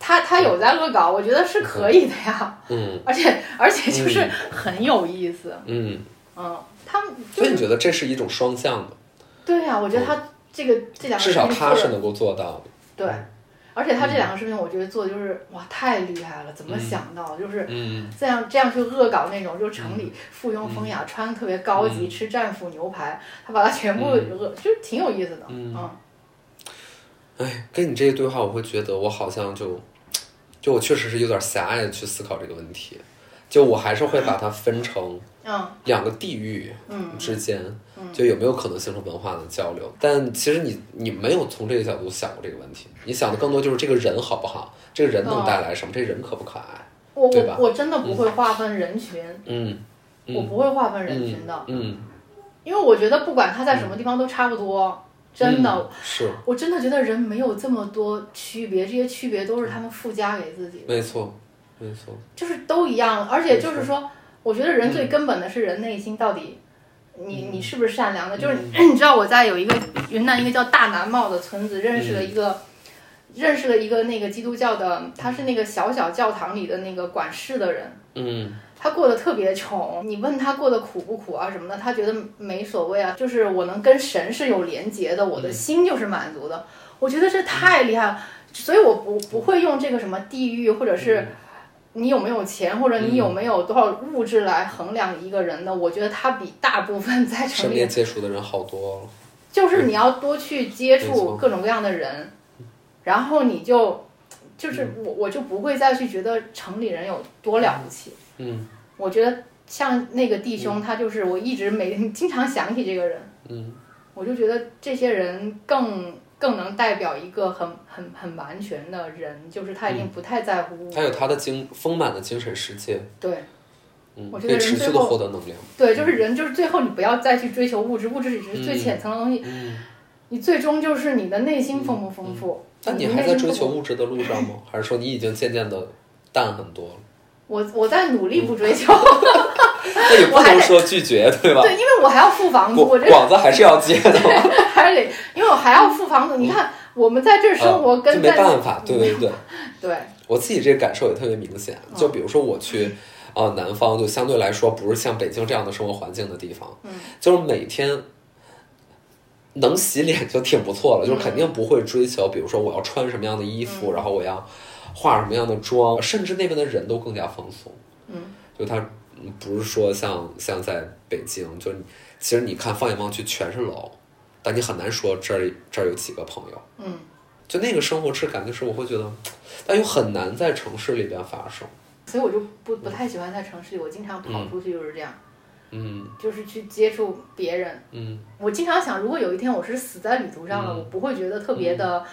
Speaker 2: 他他有在恶搞，我觉得是可以的呀，
Speaker 1: 嗯
Speaker 2: 而且而且就是
Speaker 1: 嗯
Speaker 2: 很有意思，
Speaker 1: 嗯。
Speaker 2: 嗯，他们
Speaker 1: 所
Speaker 2: 就
Speaker 1: 以你
Speaker 2: 是
Speaker 1: 觉得这是一种双向的，
Speaker 2: 对呀，我觉得他这个这两个
Speaker 1: 至少
Speaker 2: 事情
Speaker 1: 他
Speaker 2: 做
Speaker 1: 是
Speaker 2: 得
Speaker 1: 能够做到的。
Speaker 2: 对。而且他这两个视频，我觉得做的就是哇，太厉害了！怎么
Speaker 1: 嗯
Speaker 2: 想到的？就是
Speaker 1: 嗯，
Speaker 2: 这样这样去恶搞那种，就城里附庸风雅，穿的特别高级，
Speaker 1: 嗯
Speaker 2: 吃战斧牛排，他把它全部
Speaker 1: 嗯
Speaker 2: 恶，就是挺有意思的。
Speaker 1: 嗯
Speaker 2: 嗯
Speaker 1: 哎，跟你这个对话，我会觉得我好像就，就我确实是有点狭隘的去思考这个问题，就我还是会把它分成
Speaker 2: 嗯
Speaker 1: 两个地域
Speaker 2: 嗯
Speaker 1: 之间，就有没有可能形成文化的交流？但其实你你没有从这个角度想过这个问题，你想的更多就是这个人好不好，这个人
Speaker 2: 嗯
Speaker 1: 能带来什么，这人可不可爱？
Speaker 2: 我
Speaker 1: 对吧
Speaker 2: 我我真的不会划分人群，
Speaker 1: 嗯，嗯
Speaker 2: 我不会划分人群
Speaker 1: 嗯
Speaker 2: 的，
Speaker 1: 嗯，
Speaker 2: 因为我觉得不管他在什么地方都差不多，真的
Speaker 1: 嗯，是
Speaker 2: 我真的觉得人没有这么多区别，这些区别都是
Speaker 1: 嗯
Speaker 2: 他们附加给自己的。
Speaker 1: 没错，没错，
Speaker 2: 就是都一样，而且就是说，我觉得人最根本的是人内心到底，你你是不是善良的？就是 你你知道我在有一个云南一个叫大南茂的村子，认识了一个。认识了一个那个基督教的，他是那个小小教堂里的那个管事的人，
Speaker 1: 嗯
Speaker 2: 他过得特别穷。你问他过得苦不苦啊什么的，他觉得没所谓啊，就是我能跟神是有连结的，我
Speaker 1: 嗯
Speaker 2: 的心就是满足的。我觉得这太厉害了，所以我不不会用这个什么地域或者是
Speaker 1: 嗯
Speaker 2: 你有没有钱，或者你有没有多少物质来衡量一个人呢？我觉得他比大部分在城
Speaker 1: 身
Speaker 2: 里
Speaker 1: 边，接触的人好多哦了。
Speaker 2: 就是你要多去接
Speaker 1: 嗯没
Speaker 2: 触
Speaker 1: 错
Speaker 2: 各种各样的人，然后你就，就是
Speaker 1: 嗯
Speaker 2: 我我就不会再去觉得城里人有多了不起。
Speaker 1: 嗯
Speaker 2: 我觉得像那个弟兄，他就是我一直每 经常想起这个人，
Speaker 1: 嗯。
Speaker 2: 我就觉得这些人更更能代表一个很很很完全的人，就是他已经不太在乎物
Speaker 1: 嗯
Speaker 2: 质
Speaker 1: 他有他的精丰满的精神世界，
Speaker 2: 对。
Speaker 1: 嗯，
Speaker 2: 我
Speaker 1: 可
Speaker 2: 觉得
Speaker 1: 以
Speaker 2: 人
Speaker 1: 持续
Speaker 2: 最
Speaker 1: 的
Speaker 2: 后
Speaker 1: 获得能量。
Speaker 2: 对，就是人，就是最后你不要再去追求物质，物质只是最浅层的东西，
Speaker 1: 嗯，
Speaker 2: 你最终就是你的内心丰不丰富。
Speaker 1: 嗯但
Speaker 2: 你
Speaker 1: 你
Speaker 2: 的
Speaker 1: 还
Speaker 2: 内
Speaker 1: 在
Speaker 2: 心
Speaker 1: 追求
Speaker 2: 丰富？
Speaker 1: 物质的路上吗？还是说你已经渐渐的淡很多了？
Speaker 2: 我我在努力不追求，
Speaker 1: 嗯那也不
Speaker 2: 我还
Speaker 1: 能
Speaker 2: 得
Speaker 1: 说拒绝，对吧？
Speaker 2: 对，因为我还要付房租，
Speaker 1: 广
Speaker 2: 我这
Speaker 1: 广子还是要接的嘛，
Speaker 2: 还得，因为我还要付房租。你看， 我们在这儿生活
Speaker 1: 嗯就
Speaker 2: 跟
Speaker 1: 没
Speaker 2: 在
Speaker 1: 办法，对对对。
Speaker 2: 对，嗯
Speaker 1: 我自己这个感受也特别明显，就比如说我去，呃南方就相对来说不是像北京这样的生活环境的地方，
Speaker 2: 嗯
Speaker 1: 就是每天能洗脸就挺不错
Speaker 2: 嗯
Speaker 1: 了，就是肯定不会追求，比如说我要穿什么样的衣服，然后我要化什么样的妆，甚至那边的人都更加放松。
Speaker 2: 嗯，
Speaker 1: 就他嗯不是说像像在北京，就是你其实你看放眼望去全是楼，但你很难说这儿这儿有几个朋友。
Speaker 2: 嗯，
Speaker 1: 就那个生活质感，就是我会觉得，但又很难在城市里边发生。
Speaker 2: 所以我就不不太喜欢在城市里，我经常跑出去就是这样，
Speaker 1: 嗯
Speaker 2: 就是去接触别人。
Speaker 1: 嗯，
Speaker 2: 我经常想，如果有一天我是死在旅途上了，我不会觉得特
Speaker 1: 嗯
Speaker 2: 别的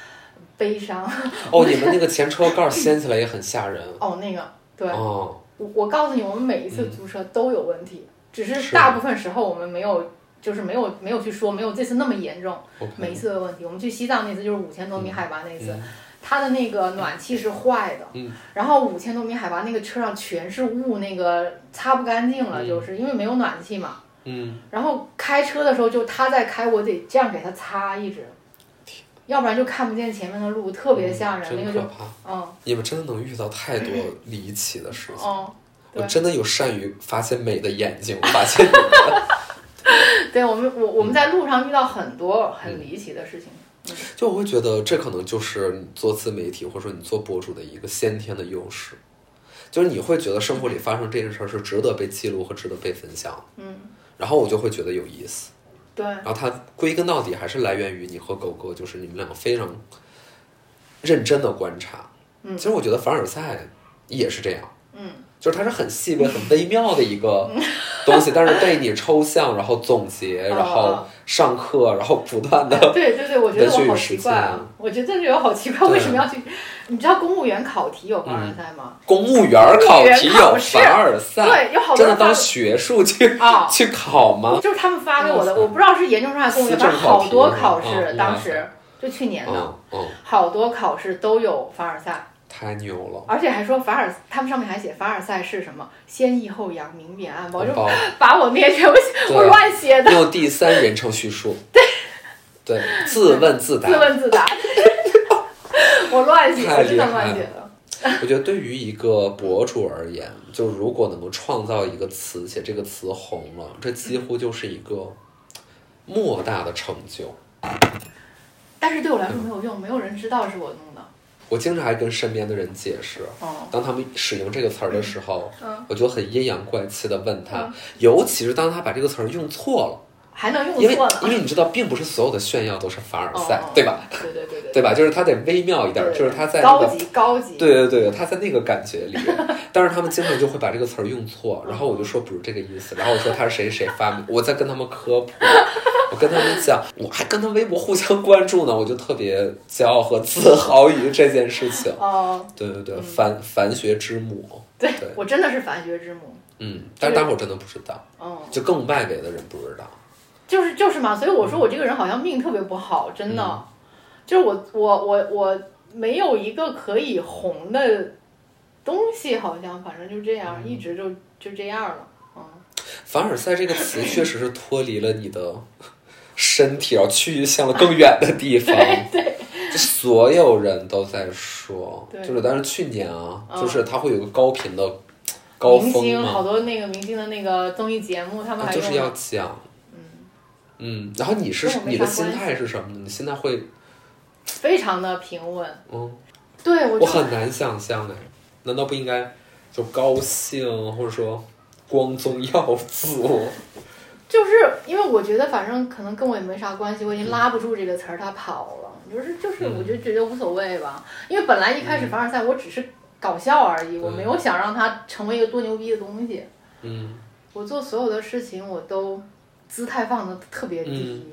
Speaker 2: 悲伤。
Speaker 1: 哦，你们那个前车盖掀起来也很吓 人。啊
Speaker 2: 哦，那个，对，
Speaker 1: 哦，嗯
Speaker 2: 我我告诉你，我们每一次租车都有问题，只是
Speaker 1: 是
Speaker 2: 大部分时候我们没有，就是没有没有去说，没有这次那么严重。
Speaker 1: OK
Speaker 2: 每一次都有问题，我们去西藏那次就是五千多米海拔那次
Speaker 1: 嗯，
Speaker 2: 它的那个暖气是坏的
Speaker 1: 嗯，
Speaker 2: 然后五千多米海拔那个车上全是雾，那个擦不干净了，
Speaker 1: 嗯
Speaker 2: 就是因为没有暖气嘛。
Speaker 1: 嗯，
Speaker 2: 然后开车的时候就他在开，我得这样给他擦一直，要不然就看不见前面的路，特别吓人。那
Speaker 1: 真
Speaker 2: 个
Speaker 1: 可
Speaker 2: 就
Speaker 1: 怕。
Speaker 2: 嗯
Speaker 1: 你们真的能遇到太多离奇的事情。
Speaker 2: 嗯， 对
Speaker 1: 我真的有善于发现美的眼睛，发现你们。
Speaker 2: 对我们我我
Speaker 1: 嗯
Speaker 2: 们在路上遇到很多很离奇的事情。
Speaker 1: 就我会觉得这可能就是你做自媒体或者说你做博主的一个先天的优势，就是你会觉得生活里发生这件事儿是值得被记录和值得被分享的。
Speaker 2: 嗯，
Speaker 1: 然后我就会觉得有意思。
Speaker 2: 对，
Speaker 1: 然后它归根到底还是来源于你和狗哥，就是你们两个非常认真的观察。
Speaker 2: 嗯
Speaker 1: 其实我觉得凡尔赛也是这样。
Speaker 2: 嗯，
Speaker 1: 就是它是很细微、很微妙的一个东西，但是被你抽象，然后总结，然
Speaker 2: 哦
Speaker 1: 后上课，然后不断的，
Speaker 2: 对对对，我觉得我好奇怪
Speaker 1: 文学与实
Speaker 2: 啊
Speaker 1: 践！
Speaker 2: 我觉得这个好奇怪，
Speaker 1: 对啊嗯
Speaker 2: 为什么要去？你知道公务员考题有凡啊尔赛吗？
Speaker 1: 公务员儿考题有凡尔赛，
Speaker 2: 对，有好多
Speaker 1: 真的
Speaker 2: 人发
Speaker 1: 当学术去
Speaker 2: 啊，
Speaker 1: 去考吗？
Speaker 2: 就是他们发给我的，
Speaker 1: 哇塞
Speaker 2: 我不知道是研究生还是公务员，
Speaker 1: 思
Speaker 2: 反
Speaker 1: 嗯政
Speaker 2: 正
Speaker 1: 考题
Speaker 2: 好多考试
Speaker 1: 嗯，
Speaker 2: 当
Speaker 1: 哇塞
Speaker 2: 时就去年的，
Speaker 1: 嗯嗯，
Speaker 2: 好多考试都有凡尔赛。
Speaker 1: 太牛了，
Speaker 2: 而且还说凡尔，他们上面还写凡尔赛是什么？先抑后扬，明贬暗褒，
Speaker 1: 很
Speaker 2: 就
Speaker 1: 棒。
Speaker 2: 把我那些全部
Speaker 1: 哦对
Speaker 2: 我乱写的，
Speaker 1: 用第三人称叙述，对，自问自答
Speaker 2: 自。问自答， 我乱写，
Speaker 1: 太
Speaker 2: 真
Speaker 1: 厉害了
Speaker 2: 的乱写的。
Speaker 1: 我觉得对于一个博主而言，就如果能够创造一个词且这个词红了，这几乎就是一个莫大的成就。
Speaker 2: 但是对我来说没有用，没有人知道是我弄的。
Speaker 1: 我经常还跟身边的人解释，
Speaker 2: 哦，
Speaker 1: 当他们使用这个词儿的时候，
Speaker 2: 嗯
Speaker 1: 我就很阴阳怪气的问他，
Speaker 2: 嗯
Speaker 1: 尤其是当他把这个词儿用错了，
Speaker 2: 还能
Speaker 1: 因
Speaker 2: 用
Speaker 1: 为
Speaker 2: 错了
Speaker 1: 因。为你知道，并不是所有的炫耀都是凡尔赛，
Speaker 2: 哦
Speaker 1: 对吧？？
Speaker 2: 对对对对
Speaker 1: 对吧？就是他得微妙一点，
Speaker 2: 对对
Speaker 1: 就是他在那
Speaker 2: 高
Speaker 1: 个
Speaker 2: 级高级，
Speaker 1: 对对对，他在那个感觉里，但是他们经常就会把这个词儿用错，然后我就说不是这个意思，然后我说他是谁谁发明，我在跟他们科普，我跟他们讲，我还跟他微博互相关注呢，我就特别骄傲和自豪于这件事情。
Speaker 2: 哦，
Speaker 1: 对对对， 凡凡学之母，
Speaker 2: 对
Speaker 1: 对
Speaker 2: 我真的是凡学之母，
Speaker 1: 嗯，但是大伙儿真的不知道，
Speaker 2: 嗯，
Speaker 1: 就更外围的人不知道，
Speaker 2: 就是就是嘛，所以我说
Speaker 1: 嗯
Speaker 2: 我这个人好像命特别不好，真的，就是我我我我没有一个可以红的东西，好像反正就这
Speaker 1: 嗯
Speaker 2: 样，一直就就这样了，嗯，
Speaker 1: 凡尔赛这个词确实是脱离了你的 身体，然后去向了更远的地 方。对，就所有人都在说，
Speaker 2: 对
Speaker 1: 就是但是去年啊，
Speaker 2: 嗯
Speaker 1: 就是它会有个高频的高
Speaker 2: 明
Speaker 1: 峰
Speaker 2: 星好
Speaker 1: 嘛，啊
Speaker 2: 多那个明星的那个综艺节目，他们还
Speaker 1: 就
Speaker 2: 用
Speaker 1: 是要讲，嗯然后你是
Speaker 2: 跟我没
Speaker 1: 你的
Speaker 2: 啥关
Speaker 1: 心
Speaker 2: 系
Speaker 1: 态是什么呢？你现在会，
Speaker 2: 非常的平稳，
Speaker 1: 嗯，
Speaker 2: 对我
Speaker 1: 我
Speaker 2: 就
Speaker 1: 很难想象哎，难道不应该就高兴，或者说光宗耀祖？
Speaker 2: 就是因为我觉得，反正可能跟我也没啥关系，我已经拉不住这个词儿，它跑了。就是就是，
Speaker 1: 嗯
Speaker 2: 我就觉得无所谓吧，因为本来一开始凡尔赛，我只是搞笑而已，我没有想让它成为一个多牛逼的东西。
Speaker 1: 嗯，
Speaker 2: 我做所有的事情，我都姿态放的特别低。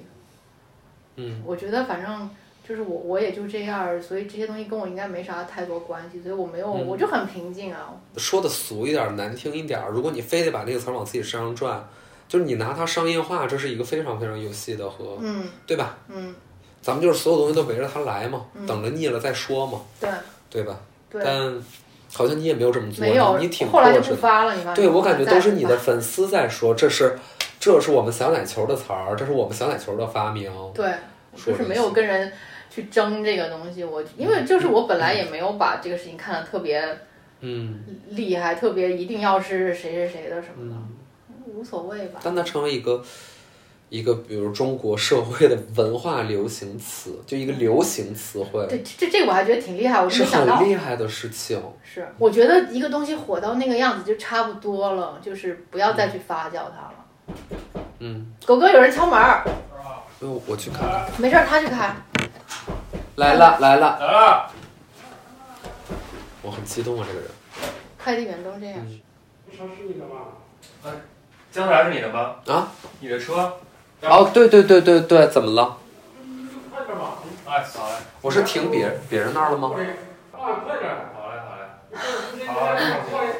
Speaker 1: 嗯
Speaker 2: 我觉得反正就是我我也就这样儿，所以这些东西跟我应该没啥太多关系，所以我没有，
Speaker 1: 嗯
Speaker 2: 我就很平静啊。
Speaker 1: 说的俗一点儿、难听一点儿，如果你非得把那个词儿往自己身上拽，就是你拿它商业化，这是一个非常非常有戏的和，
Speaker 2: 嗯
Speaker 1: 对吧？
Speaker 2: 嗯，
Speaker 1: 咱们就是所有东西都围着它来嘛，等着腻了再说嘛，
Speaker 2: 对
Speaker 1: 对吧？
Speaker 2: 对，
Speaker 1: 但好像你也没有这么做，
Speaker 2: 没有
Speaker 1: 你你挺，
Speaker 2: 后来就
Speaker 1: 克制
Speaker 2: 不
Speaker 1: 的
Speaker 2: 发了，你发现吗？
Speaker 1: 对我感觉
Speaker 2: 再
Speaker 1: 都是
Speaker 2: 不
Speaker 1: 你
Speaker 2: 发
Speaker 1: 的粉丝在说，这是这是我们小奶球的词儿，这是我们小奶球的发明。
Speaker 2: 对，
Speaker 1: 说
Speaker 2: 就是
Speaker 1: 这
Speaker 2: 没
Speaker 1: 些
Speaker 2: 有跟人去争这个东西。我因为就是我本来也没有把这个事情看得特别
Speaker 1: 嗯
Speaker 2: 厉害，特别一定要是谁谁谁的什么的，
Speaker 1: 嗯，
Speaker 2: 无所谓吧。
Speaker 1: 当它成为一个一个，比如中国社会的文化流行词，就一个流行词汇，
Speaker 2: 对，这这这我还觉得挺厉害，我就是没想到
Speaker 1: 很。厉害的事情。
Speaker 2: 是，我觉得一个东西火到那个样子就差不多了，就是不要再去发酵它了。
Speaker 1: 嗯，
Speaker 2: 狗哥，有人敲门儿，
Speaker 1: 因为我去看看，
Speaker 2: 没事儿，他去开。
Speaker 1: 来了来了，
Speaker 4: 来了，
Speaker 1: 我很激动啊，这个人。
Speaker 2: 快递员都这样。
Speaker 4: 江自然是你的吗？
Speaker 1: 啊？
Speaker 4: 你的车？
Speaker 1: 哦，对对对对对，怎么了？
Speaker 4: 哎，好嘞，
Speaker 1: 我是停别人别人那儿了吗？
Speaker 4: 好嘞，好嘞。好嘞，好嘞。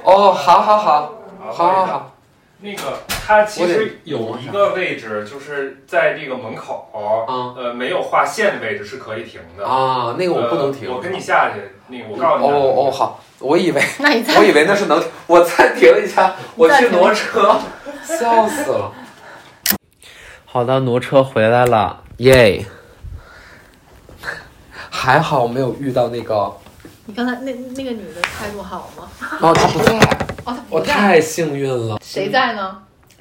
Speaker 1: 哦，好好好，好好好，
Speaker 4: 那个，它其
Speaker 1: 我
Speaker 4: 实
Speaker 1: 得
Speaker 4: 有一个位置，就是在这个门口，
Speaker 1: 啊
Speaker 4: 呃，没有划线的位置是可以停的。
Speaker 1: 啊，那个我不能停。
Speaker 4: 呃我跟你下去，那个我告诉你。啊
Speaker 1: 哦哦，好，我以为
Speaker 2: 那你
Speaker 1: 我
Speaker 2: 再
Speaker 1: 以为那是能停，我暂停一下，我去挪车，笑死了。 好的，挪车回来了，耶！还好没有遇到那个
Speaker 2: 你刚才那那个女的态度好吗？
Speaker 1: 哦，他不在，
Speaker 2: 哦，她
Speaker 1: 我
Speaker 2: 不在，
Speaker 1: 太幸运了。
Speaker 2: 谁在呢？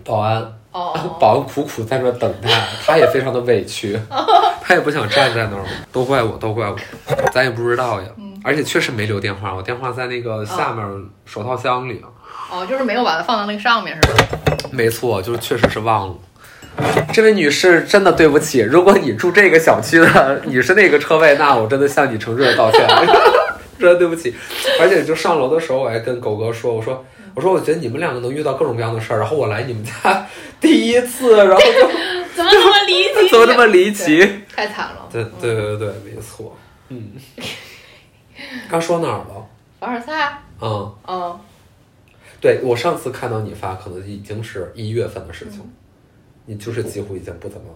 Speaker 1: 保安，
Speaker 2: 哦，
Speaker 1: 保安苦苦在那等待，他也非常的委屈， 他也不想站在那儿，都怪我，都怪我，咱也不知道呀。而且确实没留电话，我电话在那个下面手套箱里。啊
Speaker 2: 哦，就是没有把它放到那个上面是吧？
Speaker 1: 没错，就是确实是忘了。这位女士，真的对不起，如果你住这个小区的，你是那个车位，那我真的向你诚挚的道歉， 真的对不起。而且就上楼的时候，我还跟狗哥说，我说，我说，我觉得你们两个能遇到各种各样的事儿，然后我来你们家第一次，然后就
Speaker 2: 怎么那么离 奇？
Speaker 1: 怎么这么离奇？
Speaker 2: 太惨了？
Speaker 1: 对对对对，没错，嗯。刚说哪儿了？
Speaker 2: 凡尔赛，
Speaker 1: 嗯，
Speaker 2: 嗯，
Speaker 1: 对我上次看到你发，可能已经是一月份的事情，你就是几乎已经不怎么。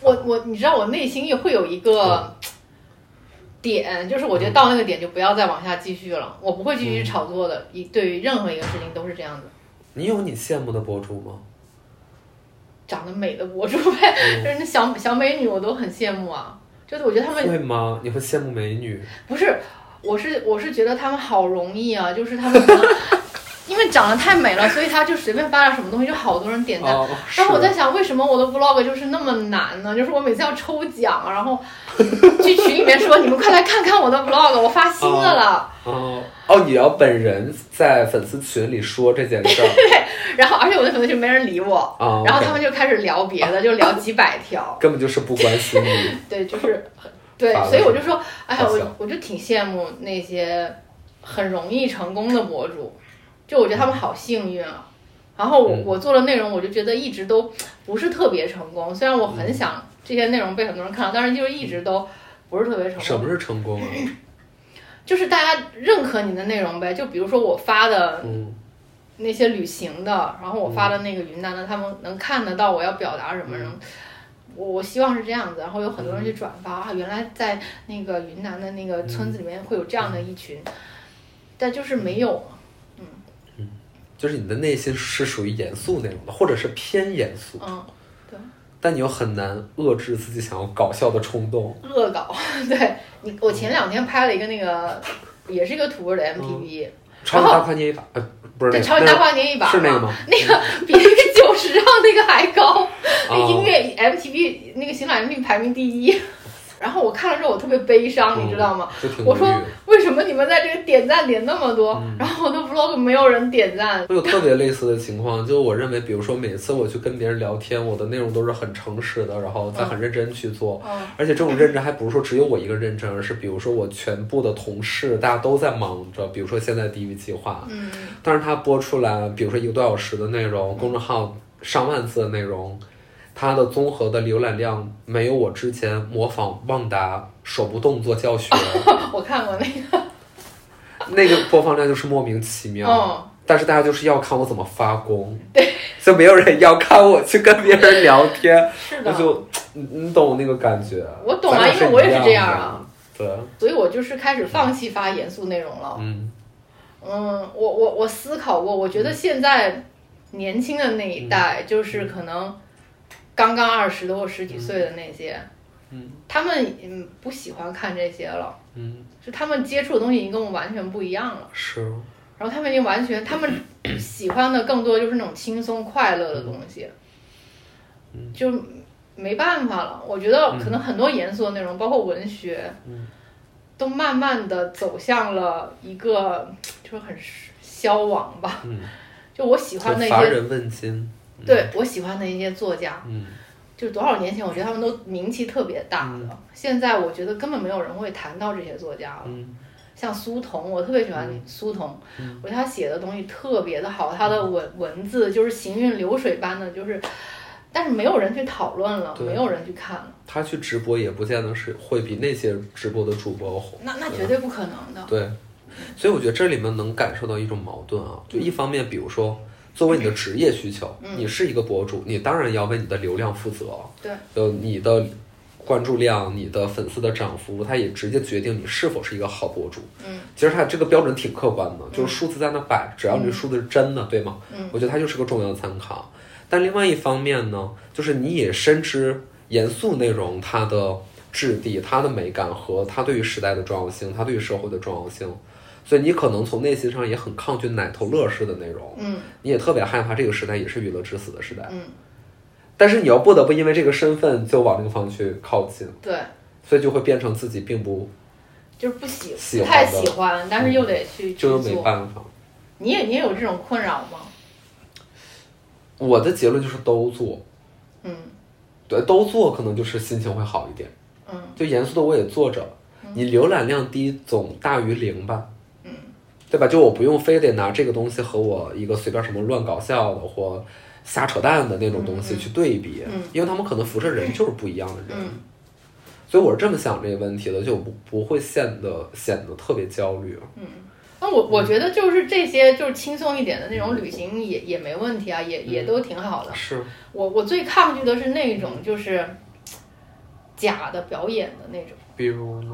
Speaker 2: 我我你知道我内心也会有一
Speaker 1: 嗯呃
Speaker 2: 个点，就是我觉得到那个点就不要再往下继续了，我不会继续
Speaker 1: 嗯
Speaker 2: 炒作的。一对于任何一个事情都是这样子，
Speaker 1: 你有你羡慕的博主吗？
Speaker 2: 长得美的博主呗，
Speaker 1: 嗯
Speaker 2: 就是那小小美女我都很羡慕啊。就是我觉得他们
Speaker 1: 会吗？你会羡慕美女？
Speaker 2: 不是，我是我是觉得他们好容易啊，就是他们可能 因为长得太美了，所以他就随便发点什么东西就好多人点赞。
Speaker 1: 哦，是
Speaker 2: 然后我在想，为什么我的 vlog 就是那么难呢？就是我每次要抽奖，然后去群里面说你们快来看看我的 vlog，我发新的了。
Speaker 1: 哦哦，你要本人在粉丝群里说这件 事儿
Speaker 2: 然后而且我的粉丝群没人理我，
Speaker 1: 啊，
Speaker 2: 然后他
Speaker 1: OK
Speaker 2: 们就开始聊别 的，就聊几百条。
Speaker 1: 根本就是不关心 你。
Speaker 2: 对，就是对
Speaker 1: 发，了
Speaker 2: 所以我就说，哎呀，
Speaker 1: 好
Speaker 2: 我
Speaker 1: 笑
Speaker 2: 我就挺羡慕那些很容易成功的博主，就我觉得他们好幸运啊。然后我
Speaker 1: 嗯
Speaker 2: 我做的内容，我就觉得一直都不是特别成功，虽然我
Speaker 1: 嗯
Speaker 2: 很想这些内容被很多人看到，但是就是一直都不是特别成
Speaker 1: 什
Speaker 2: 功。
Speaker 1: 么是成功啊？
Speaker 2: 就是大家认可你的内容呗，就比如说我发的
Speaker 1: 嗯
Speaker 2: 那些旅行的，然后我发的那个云南的，他们能看得到我要表达什么，
Speaker 1: 嗯
Speaker 2: 能我我希望是这样子，然后有很多人去转发啊，原来在那个云南的那个村子里面会有这样
Speaker 1: 嗯
Speaker 2: 的一群，但就是没有，
Speaker 1: 就是你的内心是属于严肃那种的，或者是偏严肃，
Speaker 2: 嗯，
Speaker 1: 但你又很难遏制自己想要搞笑的冲动。
Speaker 2: 恶搞， 对你，我前两天拍了一个那个，也是一个土味的 MTV，、
Speaker 1: 超级大跨年一把，呃，嗯不是
Speaker 2: 对，
Speaker 1: 那
Speaker 2: 超
Speaker 1: 个，
Speaker 2: 级大
Speaker 1: 那
Speaker 2: 跨年一把
Speaker 1: 是那个
Speaker 2: 嘛
Speaker 1: 吗？
Speaker 2: 那个比那个九十让那个还高，那
Speaker 1: 哦
Speaker 2: 音乐 MTV 那个新浪 MTV 排名第一。 然后我看了之后，我特别悲伤，你知道吗？
Speaker 1: 就挺无
Speaker 2: 我说
Speaker 1: 语。
Speaker 2: 为什么你们在这个点赞点那么多？
Speaker 1: 嗯
Speaker 2: 然后我的 vlog 没有人点赞，
Speaker 1: 我有特别类似的情况，就我认为，比如说每次我去跟别人聊天，我的内容都是很诚实的，然后再很认真去做，
Speaker 2: 嗯
Speaker 1: 而且这种认真还不是说只有我一个认真，而是比如说我全部的同事大家都在忙着，比如说现在第一计划，
Speaker 2: 嗯，
Speaker 1: 但是它播出来，比如说一个多小时的内容，公众号上万字的内容，它的综合的浏览量没有我之前模仿旺达手部动作教学
Speaker 2: 我看过那个，
Speaker 1: 那个播放量就是莫名其妙。
Speaker 2: 嗯，
Speaker 1: 但是大家就是要看我怎么发 功，对，就没有人要看我去跟别人聊天，
Speaker 2: 是
Speaker 1: 我
Speaker 2: 的，
Speaker 1: 就你你懂那个感觉？
Speaker 2: 我懂啊
Speaker 1: 咱俩
Speaker 2: 因为我也是
Speaker 1: 一
Speaker 2: 这
Speaker 1: 样
Speaker 2: 样
Speaker 1: 的
Speaker 2: 啊。
Speaker 1: 对，
Speaker 2: 所以我就是开始放弃发严肃内容了。
Speaker 1: 嗯，
Speaker 2: 嗯，我我我思考过，我觉得现在年
Speaker 1: 嗯
Speaker 2: 轻的那一代，就是可能刚刚二十的或十几岁的那些，
Speaker 1: 嗯
Speaker 2: 他们嗯不喜欢看这些了，
Speaker 1: 嗯，
Speaker 2: 就他们接触的东西已经跟我们完全不一样了。
Speaker 1: 是，
Speaker 2: 然后他们已经完全，他们 喜欢的更多就是那种轻松快乐的东西，
Speaker 1: 嗯
Speaker 2: 就没办法了。我觉得可能很多严肃的内容，包括文学，
Speaker 1: 嗯
Speaker 2: 都慢慢的走向了一个就是很消亡吧。
Speaker 1: 嗯，
Speaker 2: 就我喜欢的
Speaker 1: 就
Speaker 2: 一
Speaker 1: 乏
Speaker 2: 些，
Speaker 1: 人问津。嗯
Speaker 2: 对，我喜欢的一些作家，
Speaker 1: 嗯
Speaker 2: 就是多少年前我觉得他们都名气特别大的，现在我觉得根本没有人会谈到这些作家了。
Speaker 1: 嗯
Speaker 2: 像苏童，我特别喜欢苏童，
Speaker 1: 嗯
Speaker 2: 我觉得他写的东西特别的好，他的文文字就是行云流水般的，就是，但是没有人去讨论了，
Speaker 1: 对
Speaker 2: 没有人去看了，
Speaker 1: 他去直播也不见得是会比那些直播的主播红。
Speaker 2: 那那
Speaker 1: 对
Speaker 2: 绝对不可能的。
Speaker 1: 对，所以我觉得这里面能感受到一种矛盾啊，就一方面，比如说作为你的职业需求，
Speaker 2: 嗯
Speaker 1: 你是一个博主，你当然要为你的流量负责，
Speaker 2: 对，
Speaker 1: 就你的关注量、你的粉丝的涨幅，它也直接决定你是否是一个好博主。
Speaker 2: 嗯，
Speaker 1: 其实它这个标准挺客观的，就是数字在那摆，只要你这数字是真的，对吗？
Speaker 2: 嗯
Speaker 1: 我觉得它就是个重要参考。但另外一方面呢，就是你也深知严肃内容它的质地、它的美感和它对于时代的重要性、它对于社会的重要性，所以你可能从内心上也很抗拒奶头乐式的内容，
Speaker 2: 嗯
Speaker 1: 你也特别害怕这个时代也是娱乐至死的时代。
Speaker 2: 嗯，
Speaker 1: 但是你又不得不因为这个身份就往这个方向去靠近，
Speaker 2: 对，
Speaker 1: 所以就会变成自己并不
Speaker 2: 就是不喜
Speaker 1: 喜
Speaker 2: 不
Speaker 1: 欢
Speaker 2: 太
Speaker 1: 的嗯
Speaker 2: 喜欢，但是又得去去
Speaker 1: 就是没
Speaker 2: 做。
Speaker 1: 办法。
Speaker 2: 你也你也有这种困扰吗？
Speaker 1: 我的结论就是都做，
Speaker 2: 嗯
Speaker 1: 对，都做可能就是心情会好一点。
Speaker 2: 嗯
Speaker 1: 就严肃的我也做着，你浏览量低总大于零吧，
Speaker 2: 嗯，
Speaker 1: 对吧？就我不用非得拿这个东西和我一个随便什么乱搞笑的或瞎扯淡的那种东西去对比，
Speaker 2: 嗯
Speaker 1: 因为他们可能辐射人就是不一样的人，
Speaker 2: 嗯
Speaker 1: 所以我是这么想这个问题的，就不不会显得显得特别焦虑。啊
Speaker 2: 嗯。那我我觉得就是这些就是轻松一点的那种旅行也也没问题啊，也也
Speaker 1: 嗯
Speaker 2: 都挺好的。
Speaker 1: 是，
Speaker 2: 我我最抗拒的是那种就是嘖假的表演的那种，
Speaker 1: 比如呢？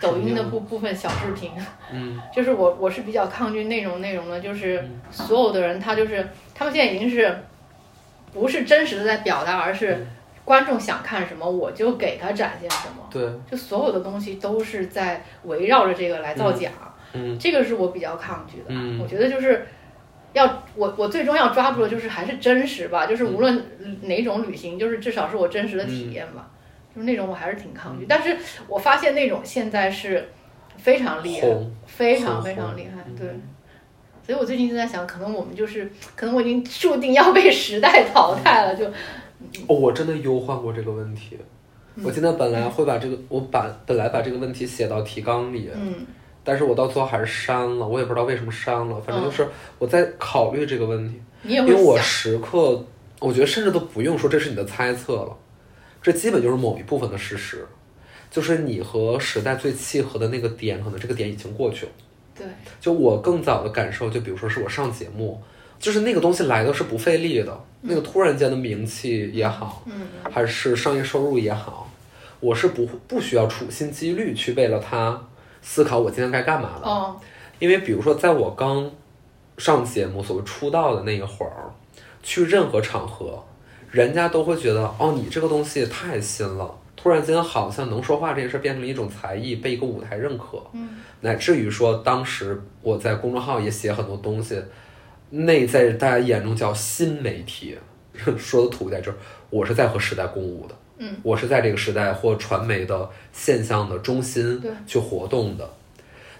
Speaker 2: 抖音的部部分小视频，
Speaker 1: 嗯
Speaker 2: 就是我我是比较抗拒那种内容的，就是
Speaker 1: 嗯
Speaker 2: 所有的人他就是他们现在已经是不是真实的在表达，而是
Speaker 1: 嗯
Speaker 2: 观众想看什么我就给他展现什么，
Speaker 1: 对，
Speaker 2: 就所有的东西都是在围绕着这个来造假，
Speaker 1: 嗯
Speaker 2: 这个是我比较抗拒的。
Speaker 1: 嗯
Speaker 2: 我觉得就是要我我最终要抓住的就是还是真实吧，就是
Speaker 1: 嗯
Speaker 2: 无论哪种旅行，就是至少是我真实的体验吧，就是那种我还是挺抗拒。
Speaker 1: 嗯
Speaker 2: 但是我发现那种现在是非常厉害，
Speaker 1: 红，
Speaker 2: 非常
Speaker 1: 红
Speaker 2: 非常厉害，
Speaker 1: 嗯
Speaker 2: 对。所以我最近就在想，可能我们就是，可能我已经注定要被时代淘
Speaker 1: 嗯
Speaker 2: 汰了，就嗯
Speaker 1: 哦，我真的忧患过这个问题。我今天本
Speaker 2: 嗯
Speaker 1: 来会把这个，我把本来把这个问题写到提纲里，
Speaker 2: 嗯
Speaker 1: 但是我到最后还是删了，我也不知道为什么删了，反正
Speaker 2: 嗯
Speaker 1: 就是我在考虑这个问题，
Speaker 2: 你也
Speaker 1: 因
Speaker 2: 会
Speaker 1: 为我
Speaker 2: 想，
Speaker 1: 时刻，我觉得甚至都不用说这是你的猜测了，这基本就是某一部分的事实，就是你和时代最契合的那个点，可能这个点已经过去了。
Speaker 2: 对，
Speaker 1: 就我更早的感受，就比如说是我上节目，就是那个东西来的是不费力的，那个突然间的名气也好，
Speaker 2: 嗯
Speaker 1: 还是商业收入也好，我是不不需要处心积虑去为了它思考我今天该干嘛的。
Speaker 2: 哦，
Speaker 1: 因为比如说，在我刚上节目所谓出道的那一会儿，去任何场合，人家都会觉得哦，你这个东西太新了。突然间，好像能说话这件事变成了一种才艺，被一个舞台认可，
Speaker 2: 嗯
Speaker 1: 乃至于说，当时我在公众号也写很多东西，那在大家眼中叫新媒体， 说的土一点就是我是在和时代共舞的，
Speaker 2: 嗯，
Speaker 1: 我是在这个时代或传媒的现象的中心
Speaker 2: 对
Speaker 1: 去活动的，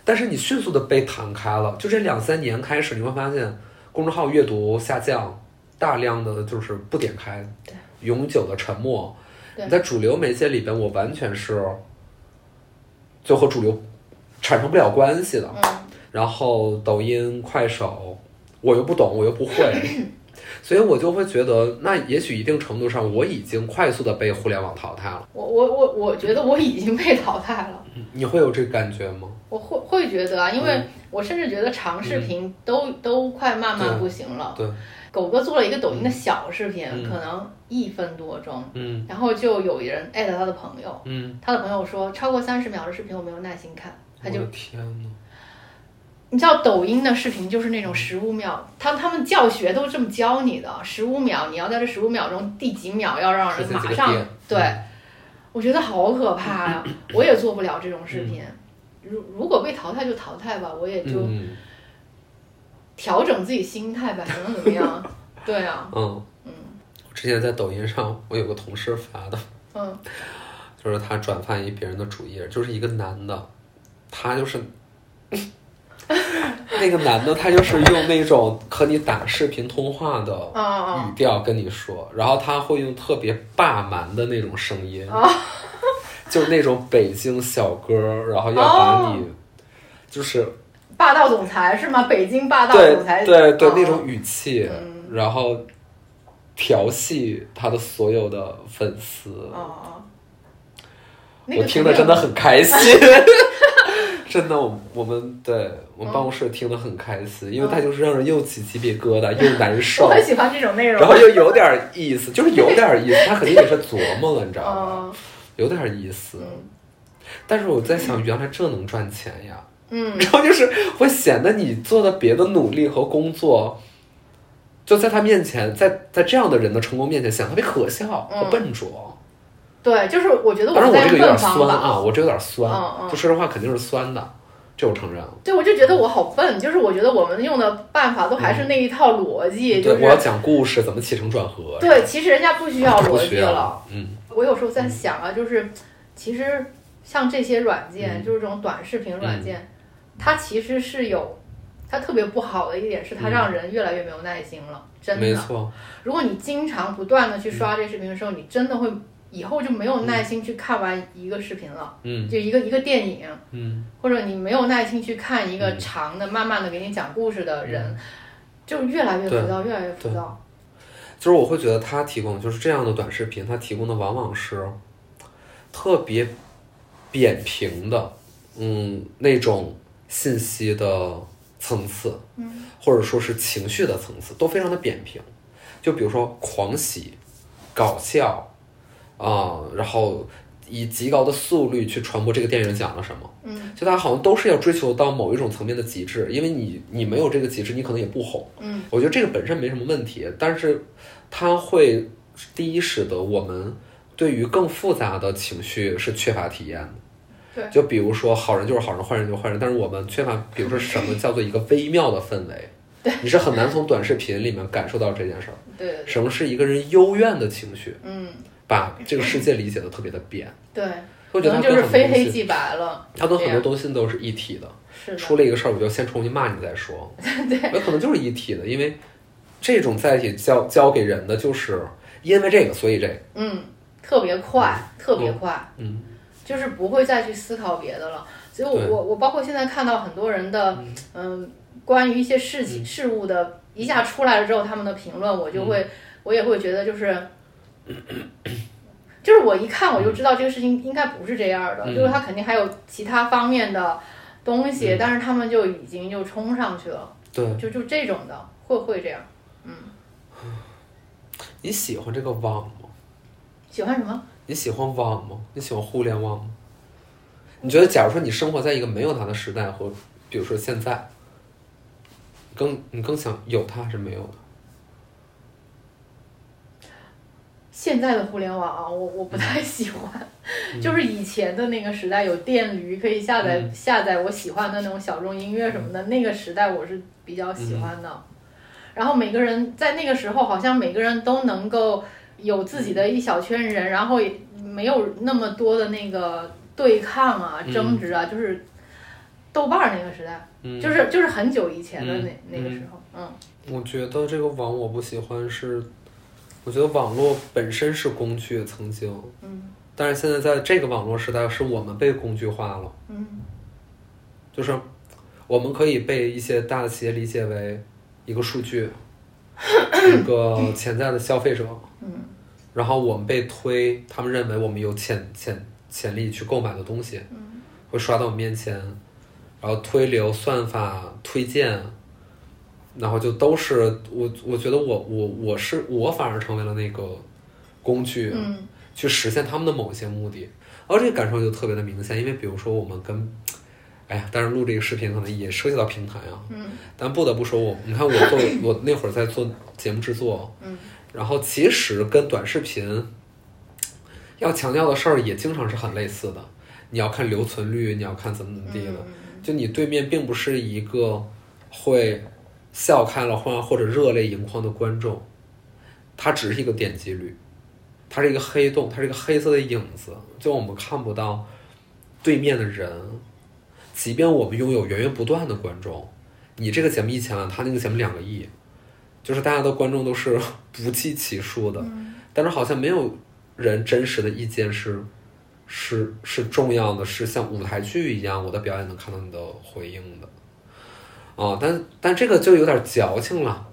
Speaker 1: 但是你迅速的被弹开了，就这两三年开始，你会发现公众号阅读下降，大量的就是不点开
Speaker 2: 对，
Speaker 1: 永久的沉默。
Speaker 2: 对
Speaker 1: 你在主流媒介里边，我完全是就和主流产生不了关系的。
Speaker 2: 嗯
Speaker 1: 然后抖音、快手，我又不懂，我又 不会，所以我就会觉得，那也许一定程度上，我已经快速的被互联网淘汰了。
Speaker 2: 我我我我觉得我已经被淘汰了。
Speaker 1: 你会有这个感觉吗？
Speaker 2: 我会会觉得啊，因为
Speaker 1: 嗯
Speaker 2: 我甚至觉得长视频都、都快慢慢不行了。
Speaker 1: 对，
Speaker 2: 狗哥做了一个抖音的小视频，
Speaker 1: 嗯
Speaker 2: 可能一分多钟，
Speaker 1: 嗯
Speaker 2: 然后就有人艾特他的朋友，
Speaker 1: 嗯，
Speaker 2: 他的朋友说超过三十秒的视频我没有耐心看，
Speaker 1: 我
Speaker 2: 他就
Speaker 1: 的天呐，
Speaker 2: 你知道抖音的视频就是
Speaker 1: 嗯
Speaker 2: 那种十五秒，他他们教学都这么教你的，十五秒你要在这十五秒钟第几秒要让
Speaker 1: 是
Speaker 2: 人
Speaker 1: 在这
Speaker 2: 马
Speaker 1: 个
Speaker 2: 上
Speaker 1: 点
Speaker 2: 对。我觉得好可怕 呀、我也做不了这种视频。如如果被淘汰就淘汰吧，我也就
Speaker 1: 嗯
Speaker 2: 调整自己心态吧，能怎 么样？对啊，
Speaker 1: 嗯，
Speaker 2: 嗯
Speaker 1: 我之前在抖音上，我有个同事发的，
Speaker 2: 嗯
Speaker 1: 就是他转发一别人的主页，就是一个男的，他就是那个男的，他就是用那种和你打视频通话的
Speaker 2: 啊啊
Speaker 1: 语调跟你说，然后他会用特别霸蛮的那种声音，
Speaker 2: 啊
Speaker 1: 就是那种北京小哥儿，然后要
Speaker 2: 哦
Speaker 1: 把你，就是
Speaker 2: 霸道总裁是吗？北京霸道
Speaker 1: 对
Speaker 2: 总裁，
Speaker 1: 对对
Speaker 2: 啊
Speaker 1: 那种语气，
Speaker 2: 嗯
Speaker 1: 然后调戏他的所有的粉丝，
Speaker 2: 啊啊，那个
Speaker 1: 我听的真的很开心， 真的，我我们对我们办公室听的很开心，因为他就是让人又起鸡皮疙瘩又 难
Speaker 2: 嗯我
Speaker 1: 受，
Speaker 2: 很喜欢这种内容。
Speaker 1: 然后又有点意思，就是有点意思，他肯定也是琢磨了，你知道吗？
Speaker 2: 啊
Speaker 1: 有点意思，
Speaker 2: 嗯
Speaker 1: 但是我在想，原来这能赚钱呀？
Speaker 2: 嗯
Speaker 1: 然后就是会显得你做的别的努力和工作，就在他面前，在在这样的人的成功面前显得特别可笑
Speaker 2: 嗯
Speaker 1: 和笨拙。
Speaker 2: 对，就是我觉得
Speaker 1: 当然，
Speaker 2: 是
Speaker 1: 我
Speaker 2: 在
Speaker 1: 这个有
Speaker 2: 问
Speaker 1: 点
Speaker 2: 方
Speaker 1: 酸
Speaker 2: 吧，
Speaker 1: 啊，我这有点酸，
Speaker 2: 嗯嗯
Speaker 1: 就说实话肯定是酸的，这我承认。啊
Speaker 2: 对，我就觉得我好笨，就是我觉得我们用的办法都还是那一套逻辑，就
Speaker 1: 嗯对，我要
Speaker 2: 是
Speaker 1: 讲故事，怎么起承转合。
Speaker 2: 对，其实人家不需要
Speaker 1: 不
Speaker 2: 逻辑
Speaker 1: 需
Speaker 2: 了。
Speaker 1: 要，嗯
Speaker 2: 我有时候在想啊，就是其实像这些软件，
Speaker 1: 嗯
Speaker 2: 就是这种短视频软件，它其实是有它特别不好的一点是，它
Speaker 1: 嗯
Speaker 2: 让人越来越没有耐心了，真
Speaker 1: 没
Speaker 2: 的。
Speaker 1: 错，嗯
Speaker 2: 如果你经常不断的去刷这视频的时候，你真的会以后就没有耐心去看完一个视频了，
Speaker 1: 嗯
Speaker 2: 就一个一个电影。
Speaker 1: 嗯，
Speaker 2: 或者你没有耐心去看一个
Speaker 1: 嗯
Speaker 2: 长的、慢慢的给你讲故事的人，就越来越浮躁，越来越浮躁。
Speaker 1: 就是我会觉得他提供就是这样的短视频，他提供的往往是特别扁平的，嗯，那种信息的层次，
Speaker 2: 嗯，
Speaker 1: 或者说是情绪的层次，都非常的扁平。就比如说狂喜、搞笑啊、然后以极高的速率去传播这个电影讲了什么。
Speaker 2: 嗯
Speaker 1: 就大家好像都是要追求到某一种层面的极致，因为你你没有这个极致，你可能也不红。
Speaker 2: 嗯，
Speaker 1: 我觉得这个本身没什么问题，但是它会第一使得我们对于更复杂的情绪是缺乏体验的。
Speaker 2: 对
Speaker 1: 就比如说好人就是好人，坏人就是坏人，但是我们缺乏，比如说什么叫做一个微妙的氛围，对，你是很难从短视频里面感受到这件事儿。
Speaker 2: 对对对，
Speaker 1: 什么是一个人幽怨的情绪，
Speaker 2: 嗯
Speaker 1: 把这个世界理解的特别的扁，
Speaker 2: 对，
Speaker 1: 我
Speaker 2: 可
Speaker 1: 觉得
Speaker 2: 能
Speaker 1: 它跟
Speaker 2: 就是
Speaker 1: 很多
Speaker 2: 非
Speaker 1: 东
Speaker 2: 黑
Speaker 1: 西，
Speaker 2: 即白了。
Speaker 1: 它跟很
Speaker 2: 这
Speaker 1: 多
Speaker 2: 样
Speaker 1: 东西都是一体的。
Speaker 2: 是
Speaker 1: 出
Speaker 2: 的，
Speaker 1: 了一个事儿，我就先冲去骂你再 说。对，有可能就是一体的，因为这种载体交交给人的就是因为这个，所以这个，
Speaker 2: 嗯，特别快，特别快。
Speaker 1: 嗯
Speaker 2: 就是不会再去思考别的了。所以我，
Speaker 1: 对
Speaker 2: 我我包括现在看到很多人的，嗯，关于一些事
Speaker 1: 嗯
Speaker 2: 情、事物的，一下出来了之后，他们的评论，我就会，
Speaker 1: 嗯
Speaker 2: 我也会觉得就是， 就是我一看我就知道这个事情应该不是这样的，
Speaker 1: 嗯
Speaker 2: 就是他肯定还有其他方面的东西，
Speaker 1: 嗯
Speaker 2: 但是他们就已经就冲上去了，
Speaker 1: 对，
Speaker 2: 就就这种的，会会这样。
Speaker 1: 你喜欢这个网吗？
Speaker 2: 喜欢什么？
Speaker 1: 你喜欢网吗？你喜欢互联网吗？你觉得，假如说你生活在一个没有它的时代，或比如说现在，你更你更想有它还是没有它？
Speaker 2: 现在的互联网啊，我我
Speaker 1: 嗯
Speaker 2: 不太喜欢， 就是以前的那个时代有电驴可以下载、
Speaker 1: 嗯
Speaker 2: 下载我喜欢的那种小众音乐什么的，那个时代我是比较喜欢的。
Speaker 1: 嗯
Speaker 2: 然后每个人在那个时候，好像每个人都能够有自己的
Speaker 1: 嗯
Speaker 2: 一小圈人，然后也没有那么多的那个对抗啊、
Speaker 1: 嗯
Speaker 2: 争执啊，就是豆瓣儿那个时代，
Speaker 1: 嗯，
Speaker 2: 就是就是很久以前的那、
Speaker 1: 嗯
Speaker 2: 那个时候，嗯
Speaker 1: 我觉得这个网我不喜欢是，我觉得网络本身是工具，曾经，
Speaker 2: 嗯
Speaker 1: 但是现在在这个网络时代，是我们被工具化了，
Speaker 2: 嗯
Speaker 1: 就是我们可以被一些大的企业理解为一个数 据，一个潜在的消费者，
Speaker 2: 嗯
Speaker 1: 然后我们被推，他们认为我们有潜潜潜力去购买的东西，
Speaker 2: 嗯
Speaker 1: 会刷到我们面前，然后推流、算法、推荐，然后就都是我，我觉得我我我是我反而成为了那个工具，
Speaker 2: 嗯
Speaker 1: 去实现他们的某一些目的。然后这个感受就特别的明显，因为比如说我们跟，哎呀，但是录这个视频可能也涉及到平台啊，
Speaker 2: 嗯
Speaker 1: 但不得不说我，你看我做我那会儿在做节目制作，
Speaker 2: 嗯
Speaker 1: 然后其实跟短视频要强调的事儿也经常是很类似的。你要看留存率，你要看怎么怎么地的，
Speaker 2: 嗯
Speaker 1: 就你对面并不是一个会笑开了花或者热泪盈眶的观众，它只是一个点击率，它是一个黑洞，它是一个黑色的影子，就我们看不到对面的人。即便我们拥有源源不断的观众，你这个节目一千万，他那个节目两个亿，就是大家的观众都是 不计其数的，但是好像没有人真实的意见是是是重要的，是像舞台剧一样，我的表演能看到你的回应的。哦，但但这个就有点矫情了。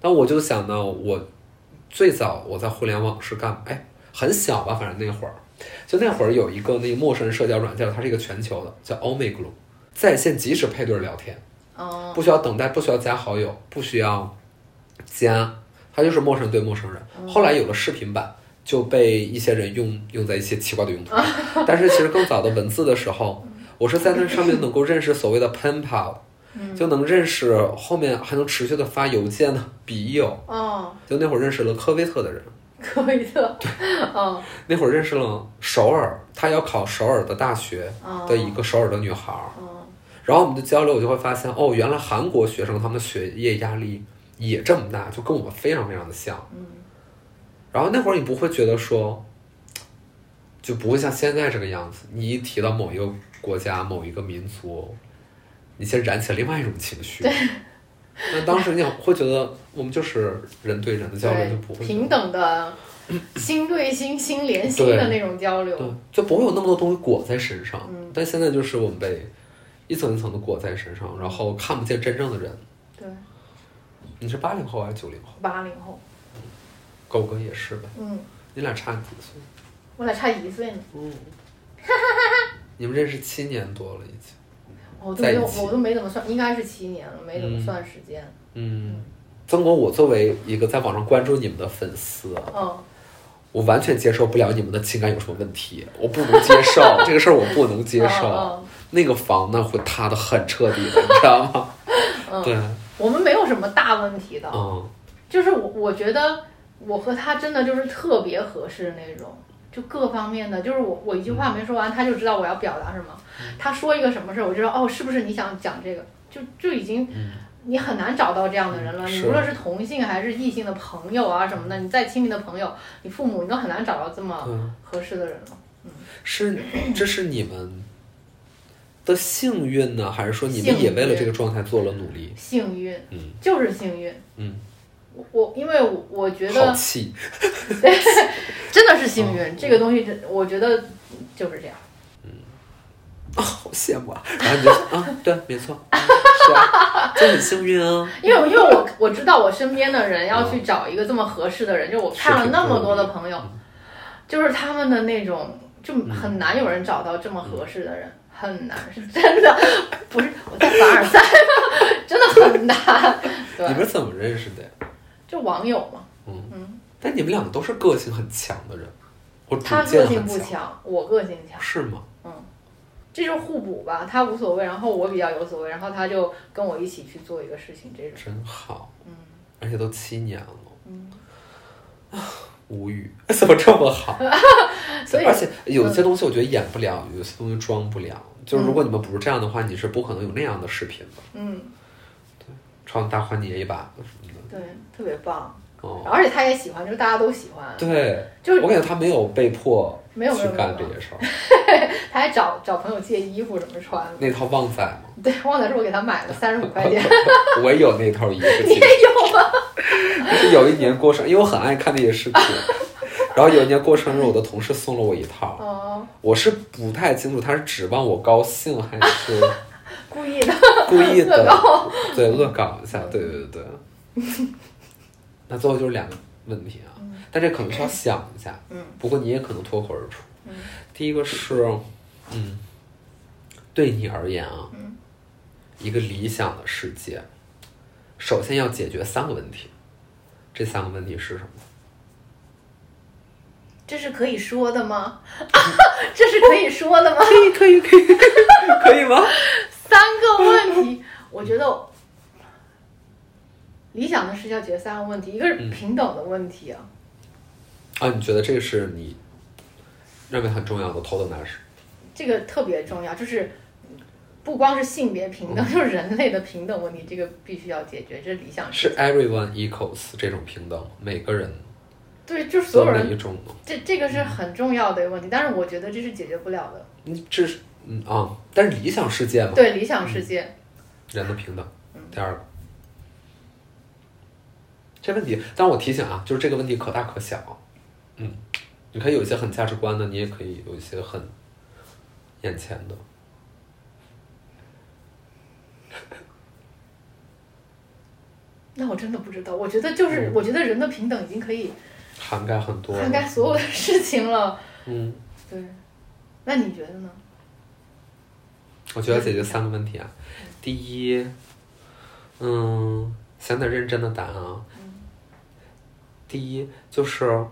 Speaker 1: 但我就想到我最早我在互联网是干，哎，很小吧，反正那会儿，就那会儿有一个那个陌生社交软件，它是一个全球的，叫 Omiglu，在线即时配对聊天。
Speaker 2: 嗯，
Speaker 1: 不需要等待，不需要加好友，不需要加，它就是陌生人对陌生人。后来有了视频版，就被一些人用用在一些奇怪的用途。但是其实更早的文字的时候，我是在那上面能够认识所谓的 pen pal，就能认识后面还能持续的发邮件的笔友。
Speaker 2: 哦，
Speaker 1: 就那会儿认识了科威特的人，
Speaker 2: 科 威特，嗯，
Speaker 1: 那会儿认识了首尔，她要考首尔的大学
Speaker 2: 哦
Speaker 1: 的一个首尔的女孩儿。
Speaker 2: 嗯，
Speaker 1: 然后我们的交流，我就会发现，哦，原来韩国学生他们学业压力也这么大，就跟我们非常非常的像。
Speaker 2: 嗯。
Speaker 1: 然后那会儿你不会觉得说，就不会像现在这个样子。你一提到某一个国家、某一个民族，你先燃起了另外一种情绪。那当时你会觉得，我们就是人对人的交流，就不
Speaker 2: 对，
Speaker 1: 会
Speaker 2: 平等的，心对心、心连心的那种交流
Speaker 1: 对，，就不会有那么多东西裹在身上。
Speaker 2: 嗯
Speaker 1: 但现在就是我们被一层一层的裹在身上，然后看不见真正的人。
Speaker 2: 对，
Speaker 1: 你是八零后还是九零后？
Speaker 2: 八零后，
Speaker 1: 狗哥也是呗，
Speaker 2: 嗯，
Speaker 1: 你俩差几岁？
Speaker 2: 我俩差一岁呢，
Speaker 1: 嗯， 你们认识七年多了已经。
Speaker 2: 我都没有，
Speaker 1: 在一起
Speaker 2: 我都没怎么算，应该是七年了，没怎么算时间，
Speaker 1: 嗯，曾国，我作为一个在网上关注你们的粉丝，啊
Speaker 2: 嗯，
Speaker 1: 我完全接受不了你们的情感有什么问题，我不能接受这个事儿，我不能接受。
Speaker 2: 嗯
Speaker 1: 那个房呢会塌的很彻底的，你知道吗？
Speaker 2: 嗯
Speaker 1: 对
Speaker 2: 嗯，，我们没有什么大问题的，
Speaker 1: 嗯
Speaker 2: 就是我我觉得我和他真的就是特别合适那种，就各方面的，就是我我一句话
Speaker 1: 嗯
Speaker 2: 没说完，他就知道我要表达什么。他说一个什么事儿，我就知道哦，是不是你想讲这个？就就已经
Speaker 1: 嗯，
Speaker 2: 你很难找到这样的人了。你
Speaker 1: 是
Speaker 2: 无论是同性还是异性的朋友啊什么的，你再亲密的朋友，你父母，你都很难找到这么
Speaker 1: 嗯。
Speaker 2: 合适的人了。
Speaker 1: 是， 这是你们的幸运呢，还是说你们也为了这个状态做了努力？
Speaker 2: 幸运
Speaker 1: 嗯
Speaker 2: 就是幸运，
Speaker 1: 嗯，
Speaker 2: 我我因为我我觉
Speaker 1: 好嗯
Speaker 2: 得
Speaker 1: 气，
Speaker 2: 真的是幸运，这个东西真我觉得就是这样。
Speaker 1: 好羡慕啊！然后你就说啊，对，没错，嗯是啊，就很幸运啊。
Speaker 2: 因为因为我我知道我身边的人要去找一个这么合适的人，就我看了那么多的朋友，就是他们的那种就
Speaker 1: 嗯
Speaker 2: 很难有人找到这么合适的人，很难是真的，不是我在凡尔赛，真的 很难。
Speaker 1: 你
Speaker 2: 对，
Speaker 1: 们怎么认识的呀？嗯
Speaker 2: 就网友嘛，嗯
Speaker 1: 但你们两个都是个性很强的人，我主
Speaker 2: 他
Speaker 1: 见
Speaker 2: 个性
Speaker 1: 很
Speaker 2: 不
Speaker 1: 强，
Speaker 2: 强，我个性强，
Speaker 1: 是吗？
Speaker 2: 这就是互补吧。他无所谓，然后我比较有所谓，然后他就跟我一起去做一个事情，这种。
Speaker 1: 真好，
Speaker 2: 嗯
Speaker 1: 而且都七年了，
Speaker 2: 嗯
Speaker 1: 无语， 怎么这么好？
Speaker 2: 所以嗯
Speaker 1: 而且有些东西我觉得演不了，有些东西装不了。就是如果你们不是这样的话，你是不可能有那样的视频的。
Speaker 2: 嗯，
Speaker 1: 创大欢爷一把嗯什么的。
Speaker 2: 对，特别棒，
Speaker 1: 哦，
Speaker 2: 而且他也喜欢，就是大家都喜欢，
Speaker 1: 对，
Speaker 2: 就是
Speaker 1: 我感觉他没有被迫
Speaker 2: 没有没
Speaker 1: 去
Speaker 2: 有没
Speaker 1: 干这
Speaker 2: 有，
Speaker 1: 些事儿。
Speaker 2: 他还找找朋友借衣服什么穿的。
Speaker 1: 那套旺仔嘛，
Speaker 2: 对，旺仔是我给他买的，三十五块 钱。
Speaker 1: 我也有那套衣 服，其
Speaker 2: 你也
Speaker 1: 实
Speaker 2: 有吗？
Speaker 1: 就是有一年过生日，因为我很爱看那些 视频。然后有一年过生日，我的同事送了我一套，
Speaker 2: 哦，
Speaker 1: 我是不太清楚他是指望我高兴还是
Speaker 2: 故意的。
Speaker 1: 故意
Speaker 2: 恶
Speaker 1: 的，对，恶搞一下，对对 对。那最后就是两个问题啊，但这可能需要想一下。
Speaker 2: 嗯，
Speaker 1: 不过你也可能脱口而出。第一个是，嗯，对你而言啊，
Speaker 2: 嗯
Speaker 1: 一个理想的世界，首先要解决三个问题。这三个问题 是什么？
Speaker 2: 这是可以说的吗？ 这是可以说的吗？
Speaker 1: 可以可以可以吗？
Speaker 2: 三个问题，我觉得理想的是要解决三个
Speaker 1: 嗯
Speaker 2: 问题，一个是平等的问题啊，
Speaker 1: 啊，你觉得这个是你认为很重要的头等大事。
Speaker 2: 这个特别重要，就是不光是性别平
Speaker 1: 嗯
Speaker 2: 等，就是人类的平等问题，这个必须要解决，这是理想
Speaker 1: 是 everyone equals 这种平等，每个人
Speaker 2: 对，就是所
Speaker 1: 都
Speaker 2: 有
Speaker 1: 那
Speaker 2: 人，
Speaker 1: 一种吗？
Speaker 2: 这这个是很重要的问题，但是我觉得这是解决不了的。
Speaker 1: 嗯这是嗯啊，但是理想世界嘛，
Speaker 2: 对理想世界，
Speaker 1: 人的平等。第二个，这问题，但我提醒啊，就是这个问题可大可小。嗯，你可以有一些很价值观的，你也可以有一些很眼前的。
Speaker 2: 那我真的不知道，我觉得就是，
Speaker 1: 嗯
Speaker 2: 我觉得人的平等已经可以
Speaker 1: 涵盖很多，
Speaker 2: 涵盖所有的 事情了。
Speaker 1: 嗯，
Speaker 2: 对，那你觉得呢？
Speaker 1: 我觉得解决三个问题啊。第一，嗯，想点认真的答案啊。第一就是，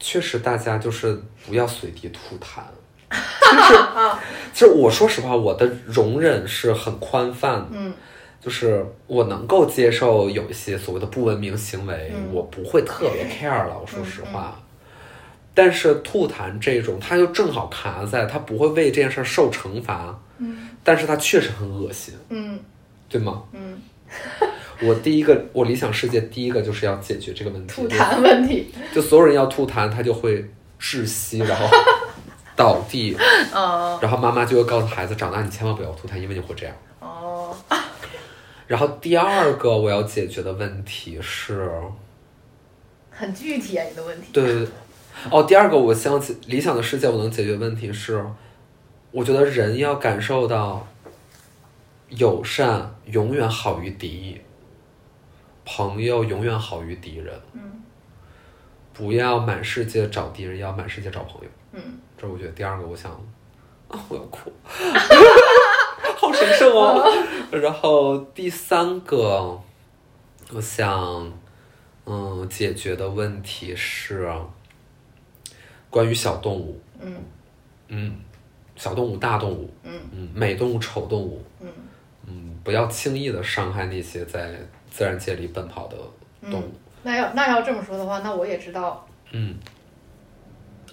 Speaker 1: 确实大家就是不要随地吐痰。 就是，就是我说实话，我的容忍是很宽泛的，
Speaker 2: 嗯
Speaker 1: 就是我能够接受有一些所谓的不文明行为，
Speaker 2: 嗯
Speaker 1: 我不会特别 care 了。我说实话，但是吐痰这种，它就正好卡在，它不会为这件事儿受惩罚，
Speaker 2: 嗯
Speaker 1: 但是它确实很恶心，
Speaker 2: 嗯
Speaker 1: 对吗？
Speaker 2: 嗯，
Speaker 1: 我第一个，我理想世界第一个就是要解决这个问题
Speaker 2: 吐，痰 问题，
Speaker 1: 就所有人要吐痰，他就会窒息，然后倒地，
Speaker 2: 哦
Speaker 1: 然后妈妈就会告诉孩子，长大你千万不要吐痰，因为你会这样。
Speaker 2: 哦，
Speaker 1: 然后第二个我要解决的问题是，
Speaker 2: 很具体啊，你的问题。
Speaker 1: 对对，对哦，第二个我相信理想的世界，我能解决问题是，我觉得人要感受到友善永远好于敌意，朋友永远好于敌人。
Speaker 2: 嗯
Speaker 1: 不要满世界找敌人，要满世界找朋友。
Speaker 2: 嗯，
Speaker 1: 这是我觉得第二个，我想，啊，我要哭， 好神圣哦。然后第三个，我想，嗯，解决的问题是关于小动物，
Speaker 2: 嗯
Speaker 1: 嗯，小动物、大动物，
Speaker 2: 嗯
Speaker 1: 嗯，美动物、丑动物，
Speaker 2: 嗯
Speaker 1: 嗯，不要轻易的伤害那些在自然界里奔跑的动
Speaker 2: 嗯
Speaker 1: 物，，
Speaker 2: 那要那要这么说的话，那我也知道，
Speaker 1: 嗯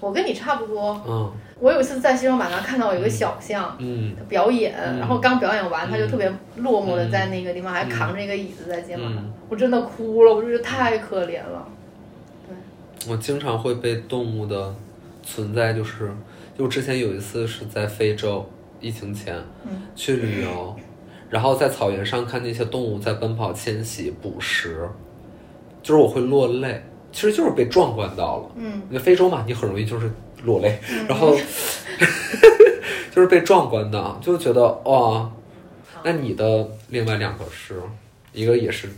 Speaker 2: 我跟你差不多。
Speaker 1: 嗯
Speaker 2: 我有一次在西双版纳看到有一个小象
Speaker 1: 嗯
Speaker 2: 表演，
Speaker 1: 嗯
Speaker 2: 然后刚表演完，
Speaker 1: 嗯
Speaker 2: 他就特别落寞的在那个地方，还
Speaker 1: 嗯
Speaker 2: 扛着一个椅子在肩膀上，
Speaker 1: 嗯
Speaker 2: 我真的哭了，我就觉得太可怜了。
Speaker 1: 我经常会被动物的存在，就是就之前有一次是在非洲，疫情前
Speaker 2: 嗯
Speaker 1: 去旅游，然后在草原上看那些动物在奔跑、迁徙、捕食，就是我会落泪，其实就是被壮观到了。
Speaker 2: 嗯，
Speaker 1: 那非洲嘛，你很容易就是落泪，然后 就是被壮观到，就觉得哇、那你的另外两个是，一个也是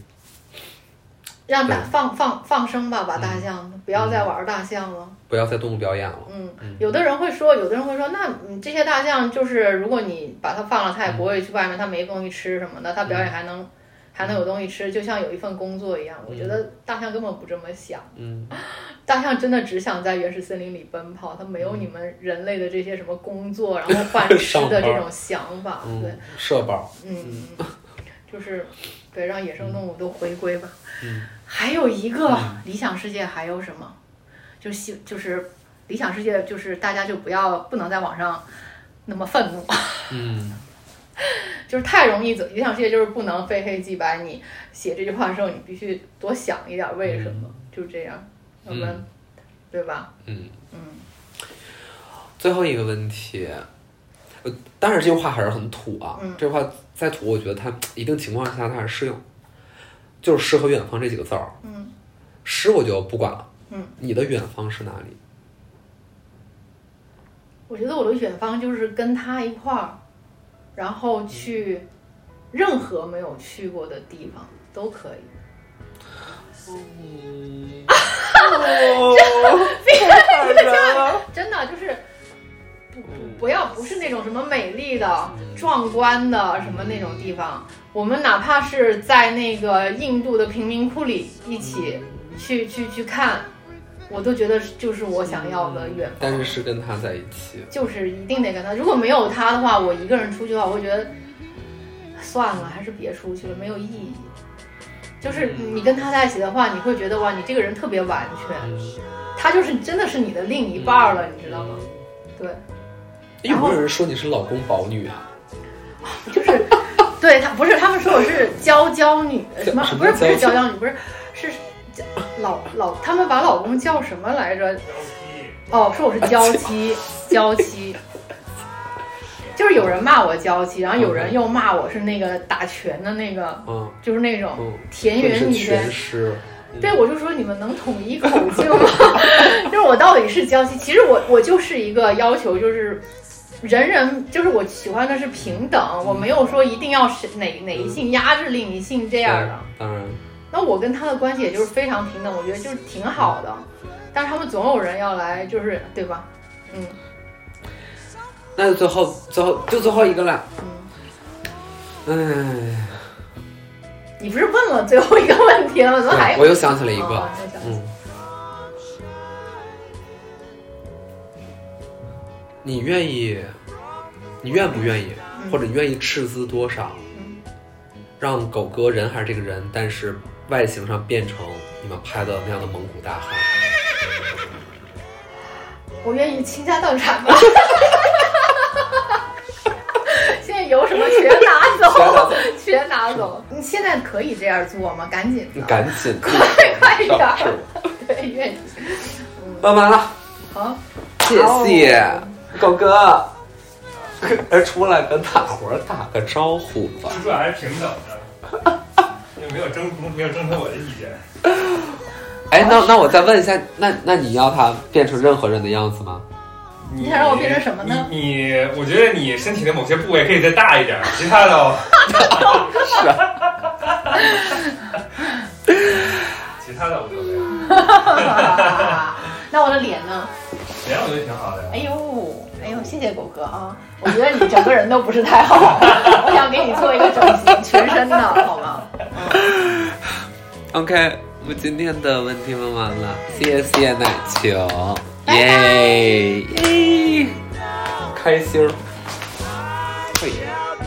Speaker 2: 让大
Speaker 1: 对嗯
Speaker 2: 放放放生吧，把大象、不要再玩大象了。
Speaker 1: 不要在动物表演了，
Speaker 2: 嗯
Speaker 1: 嗯，
Speaker 2: 有的人会说，有的人会说，那嗯这些大象就是如果你把它放了，它
Speaker 1: 嗯
Speaker 2: 也不会去外面，它没东西吃什么的，它表演还能、还能有东西吃，就像有一份工作一样。我觉得大象根本不这么想。
Speaker 1: 嗯。
Speaker 2: 大象真的只想在原始森林里奔跑，它没有
Speaker 1: 嗯
Speaker 2: 你们人类的这些什么工作，然后 换吃
Speaker 1: 上
Speaker 2: 的
Speaker 1: 班
Speaker 2: 这种想法。
Speaker 1: 嗯
Speaker 2: 对，，
Speaker 1: 社保，
Speaker 2: 嗯， 就是对，让野生动物都回归吧。
Speaker 1: 嗯
Speaker 2: 还有一个、
Speaker 1: 嗯
Speaker 2: 理想世界还有什么？就希就是理想世界就是大家就不要不能在网上那么愤怒，
Speaker 1: 嗯，
Speaker 2: 就是太容易走。理想世界就是不能非黑即白。你写这句话的时候，你必须多想一点为什么，就这样，要不然、
Speaker 1: 嗯
Speaker 2: 对吧？
Speaker 1: 嗯，
Speaker 2: 嗯
Speaker 1: 最后一个问题，呃，当然这句话还是很土啊，
Speaker 2: 嗯
Speaker 1: 这句话再土，我觉得它一定情况下它还是适用，就是诗和远方这几个字儿，
Speaker 2: 嗯
Speaker 1: 诗我就不管了，
Speaker 2: 嗯，
Speaker 1: 你的远方是哪里？
Speaker 2: 我觉得我的远方就是跟他一块儿，然后
Speaker 1: 嗯
Speaker 2: 去任何没有去过的地方都可
Speaker 1: 哦
Speaker 2: 以。
Speaker 1: 嗯，太感人啊了，
Speaker 2: 真的就是不不不要不是那种什么美丽的、
Speaker 1: 嗯
Speaker 2: 壮观的什么那种地方，我们哪怕是在那个印度的贫民窟里一起
Speaker 1: 嗯
Speaker 2: 去去去看，我都觉得就是我想要的远
Speaker 1: 但
Speaker 2: 方
Speaker 1: 是，是跟他在一起，
Speaker 2: 就是一定得跟他。如果没有他的话，我一个人出去的话，我会觉得算了，还是别出去了，没有意义。就是你跟他在一起的话，你会觉得哇，你这个人特别完全，
Speaker 1: 嗯，
Speaker 2: 他就是真的是你的另一半儿了，你知道吗？对，
Speaker 1: 有没有人说你是老公保女啊？
Speaker 2: 就是，对他不是他们说我是娇娇女，什么
Speaker 1: 什么
Speaker 2: 不是不是
Speaker 1: 娇
Speaker 2: 娇娇女，不是是叫老老他们把老公叫什么来着？哦，说我是娇妻，娇妻。就是有人骂我娇妻，然后有人又骂我是那个打拳的那个，
Speaker 1: 嗯
Speaker 2: 就是那种
Speaker 1: 嗯，
Speaker 2: 田
Speaker 1: 你
Speaker 2: 园
Speaker 1: 是
Speaker 2: 女人
Speaker 1: 全。师，嗯
Speaker 2: 对，我就说你们能统一口径吗？ 就是我到底是娇妻，其实我我就是一个要求，就是人人就是我喜欢的是平等，我没有说一定要是哪哪一性压制另一性这样的。啊
Speaker 1: 当然，
Speaker 2: 那我跟他的关系也就是非常平等，我觉得就是挺好的。但是他们总有人要来，就是对吧？嗯
Speaker 1: 那就最后最后就最后一个了，
Speaker 2: 嗯，
Speaker 1: 哎，
Speaker 2: 你不是问了最后一个问题了吗？怎么还
Speaker 1: 对我又想起嗯了一
Speaker 2: 哦
Speaker 1: 个，
Speaker 2: 那个
Speaker 1: 嗯，你愿意，你愿不愿意，或者你愿意斥资多少
Speaker 2: 嗯，
Speaker 1: 让狗哥人还是这个人，但是外形上变成你们拍的那样的蒙古大汉？
Speaker 2: 我愿意倾家荡产吧。 现在有什么全拿走，全拿走。你现在可以这样做吗？赶紧
Speaker 1: 你
Speaker 2: 的，
Speaker 1: 赶嗯紧，
Speaker 2: 快点儿
Speaker 1: 是
Speaker 2: 对，愿意。
Speaker 1: 问完了，
Speaker 2: 好，
Speaker 1: 谢谢、狗哥。而出来跟大伙儿打个招呼吧。
Speaker 4: 自转还是平等的， 就没有征服，没有征得我的意见。
Speaker 1: 哎，那那我再问一下，那那你要他变成任何人的样子吗？
Speaker 4: 你
Speaker 2: 你想让我变成什么呢
Speaker 4: 你你，我觉得你身体的某些部位可以再大一点，其他 的我，哦其他的无所谓，
Speaker 2: 那我的脸呢？
Speaker 4: 脸我觉得挺好的呀。
Speaker 2: 哎呦，哎呦，谢谢狗哥啊！我觉得你整个人都不是太好，我想给你做一个整形，全身的好吗？
Speaker 1: OK，我们今天的问题问完了，谢谢奶球，耶耶，开心儿，嘿。
Speaker 5: out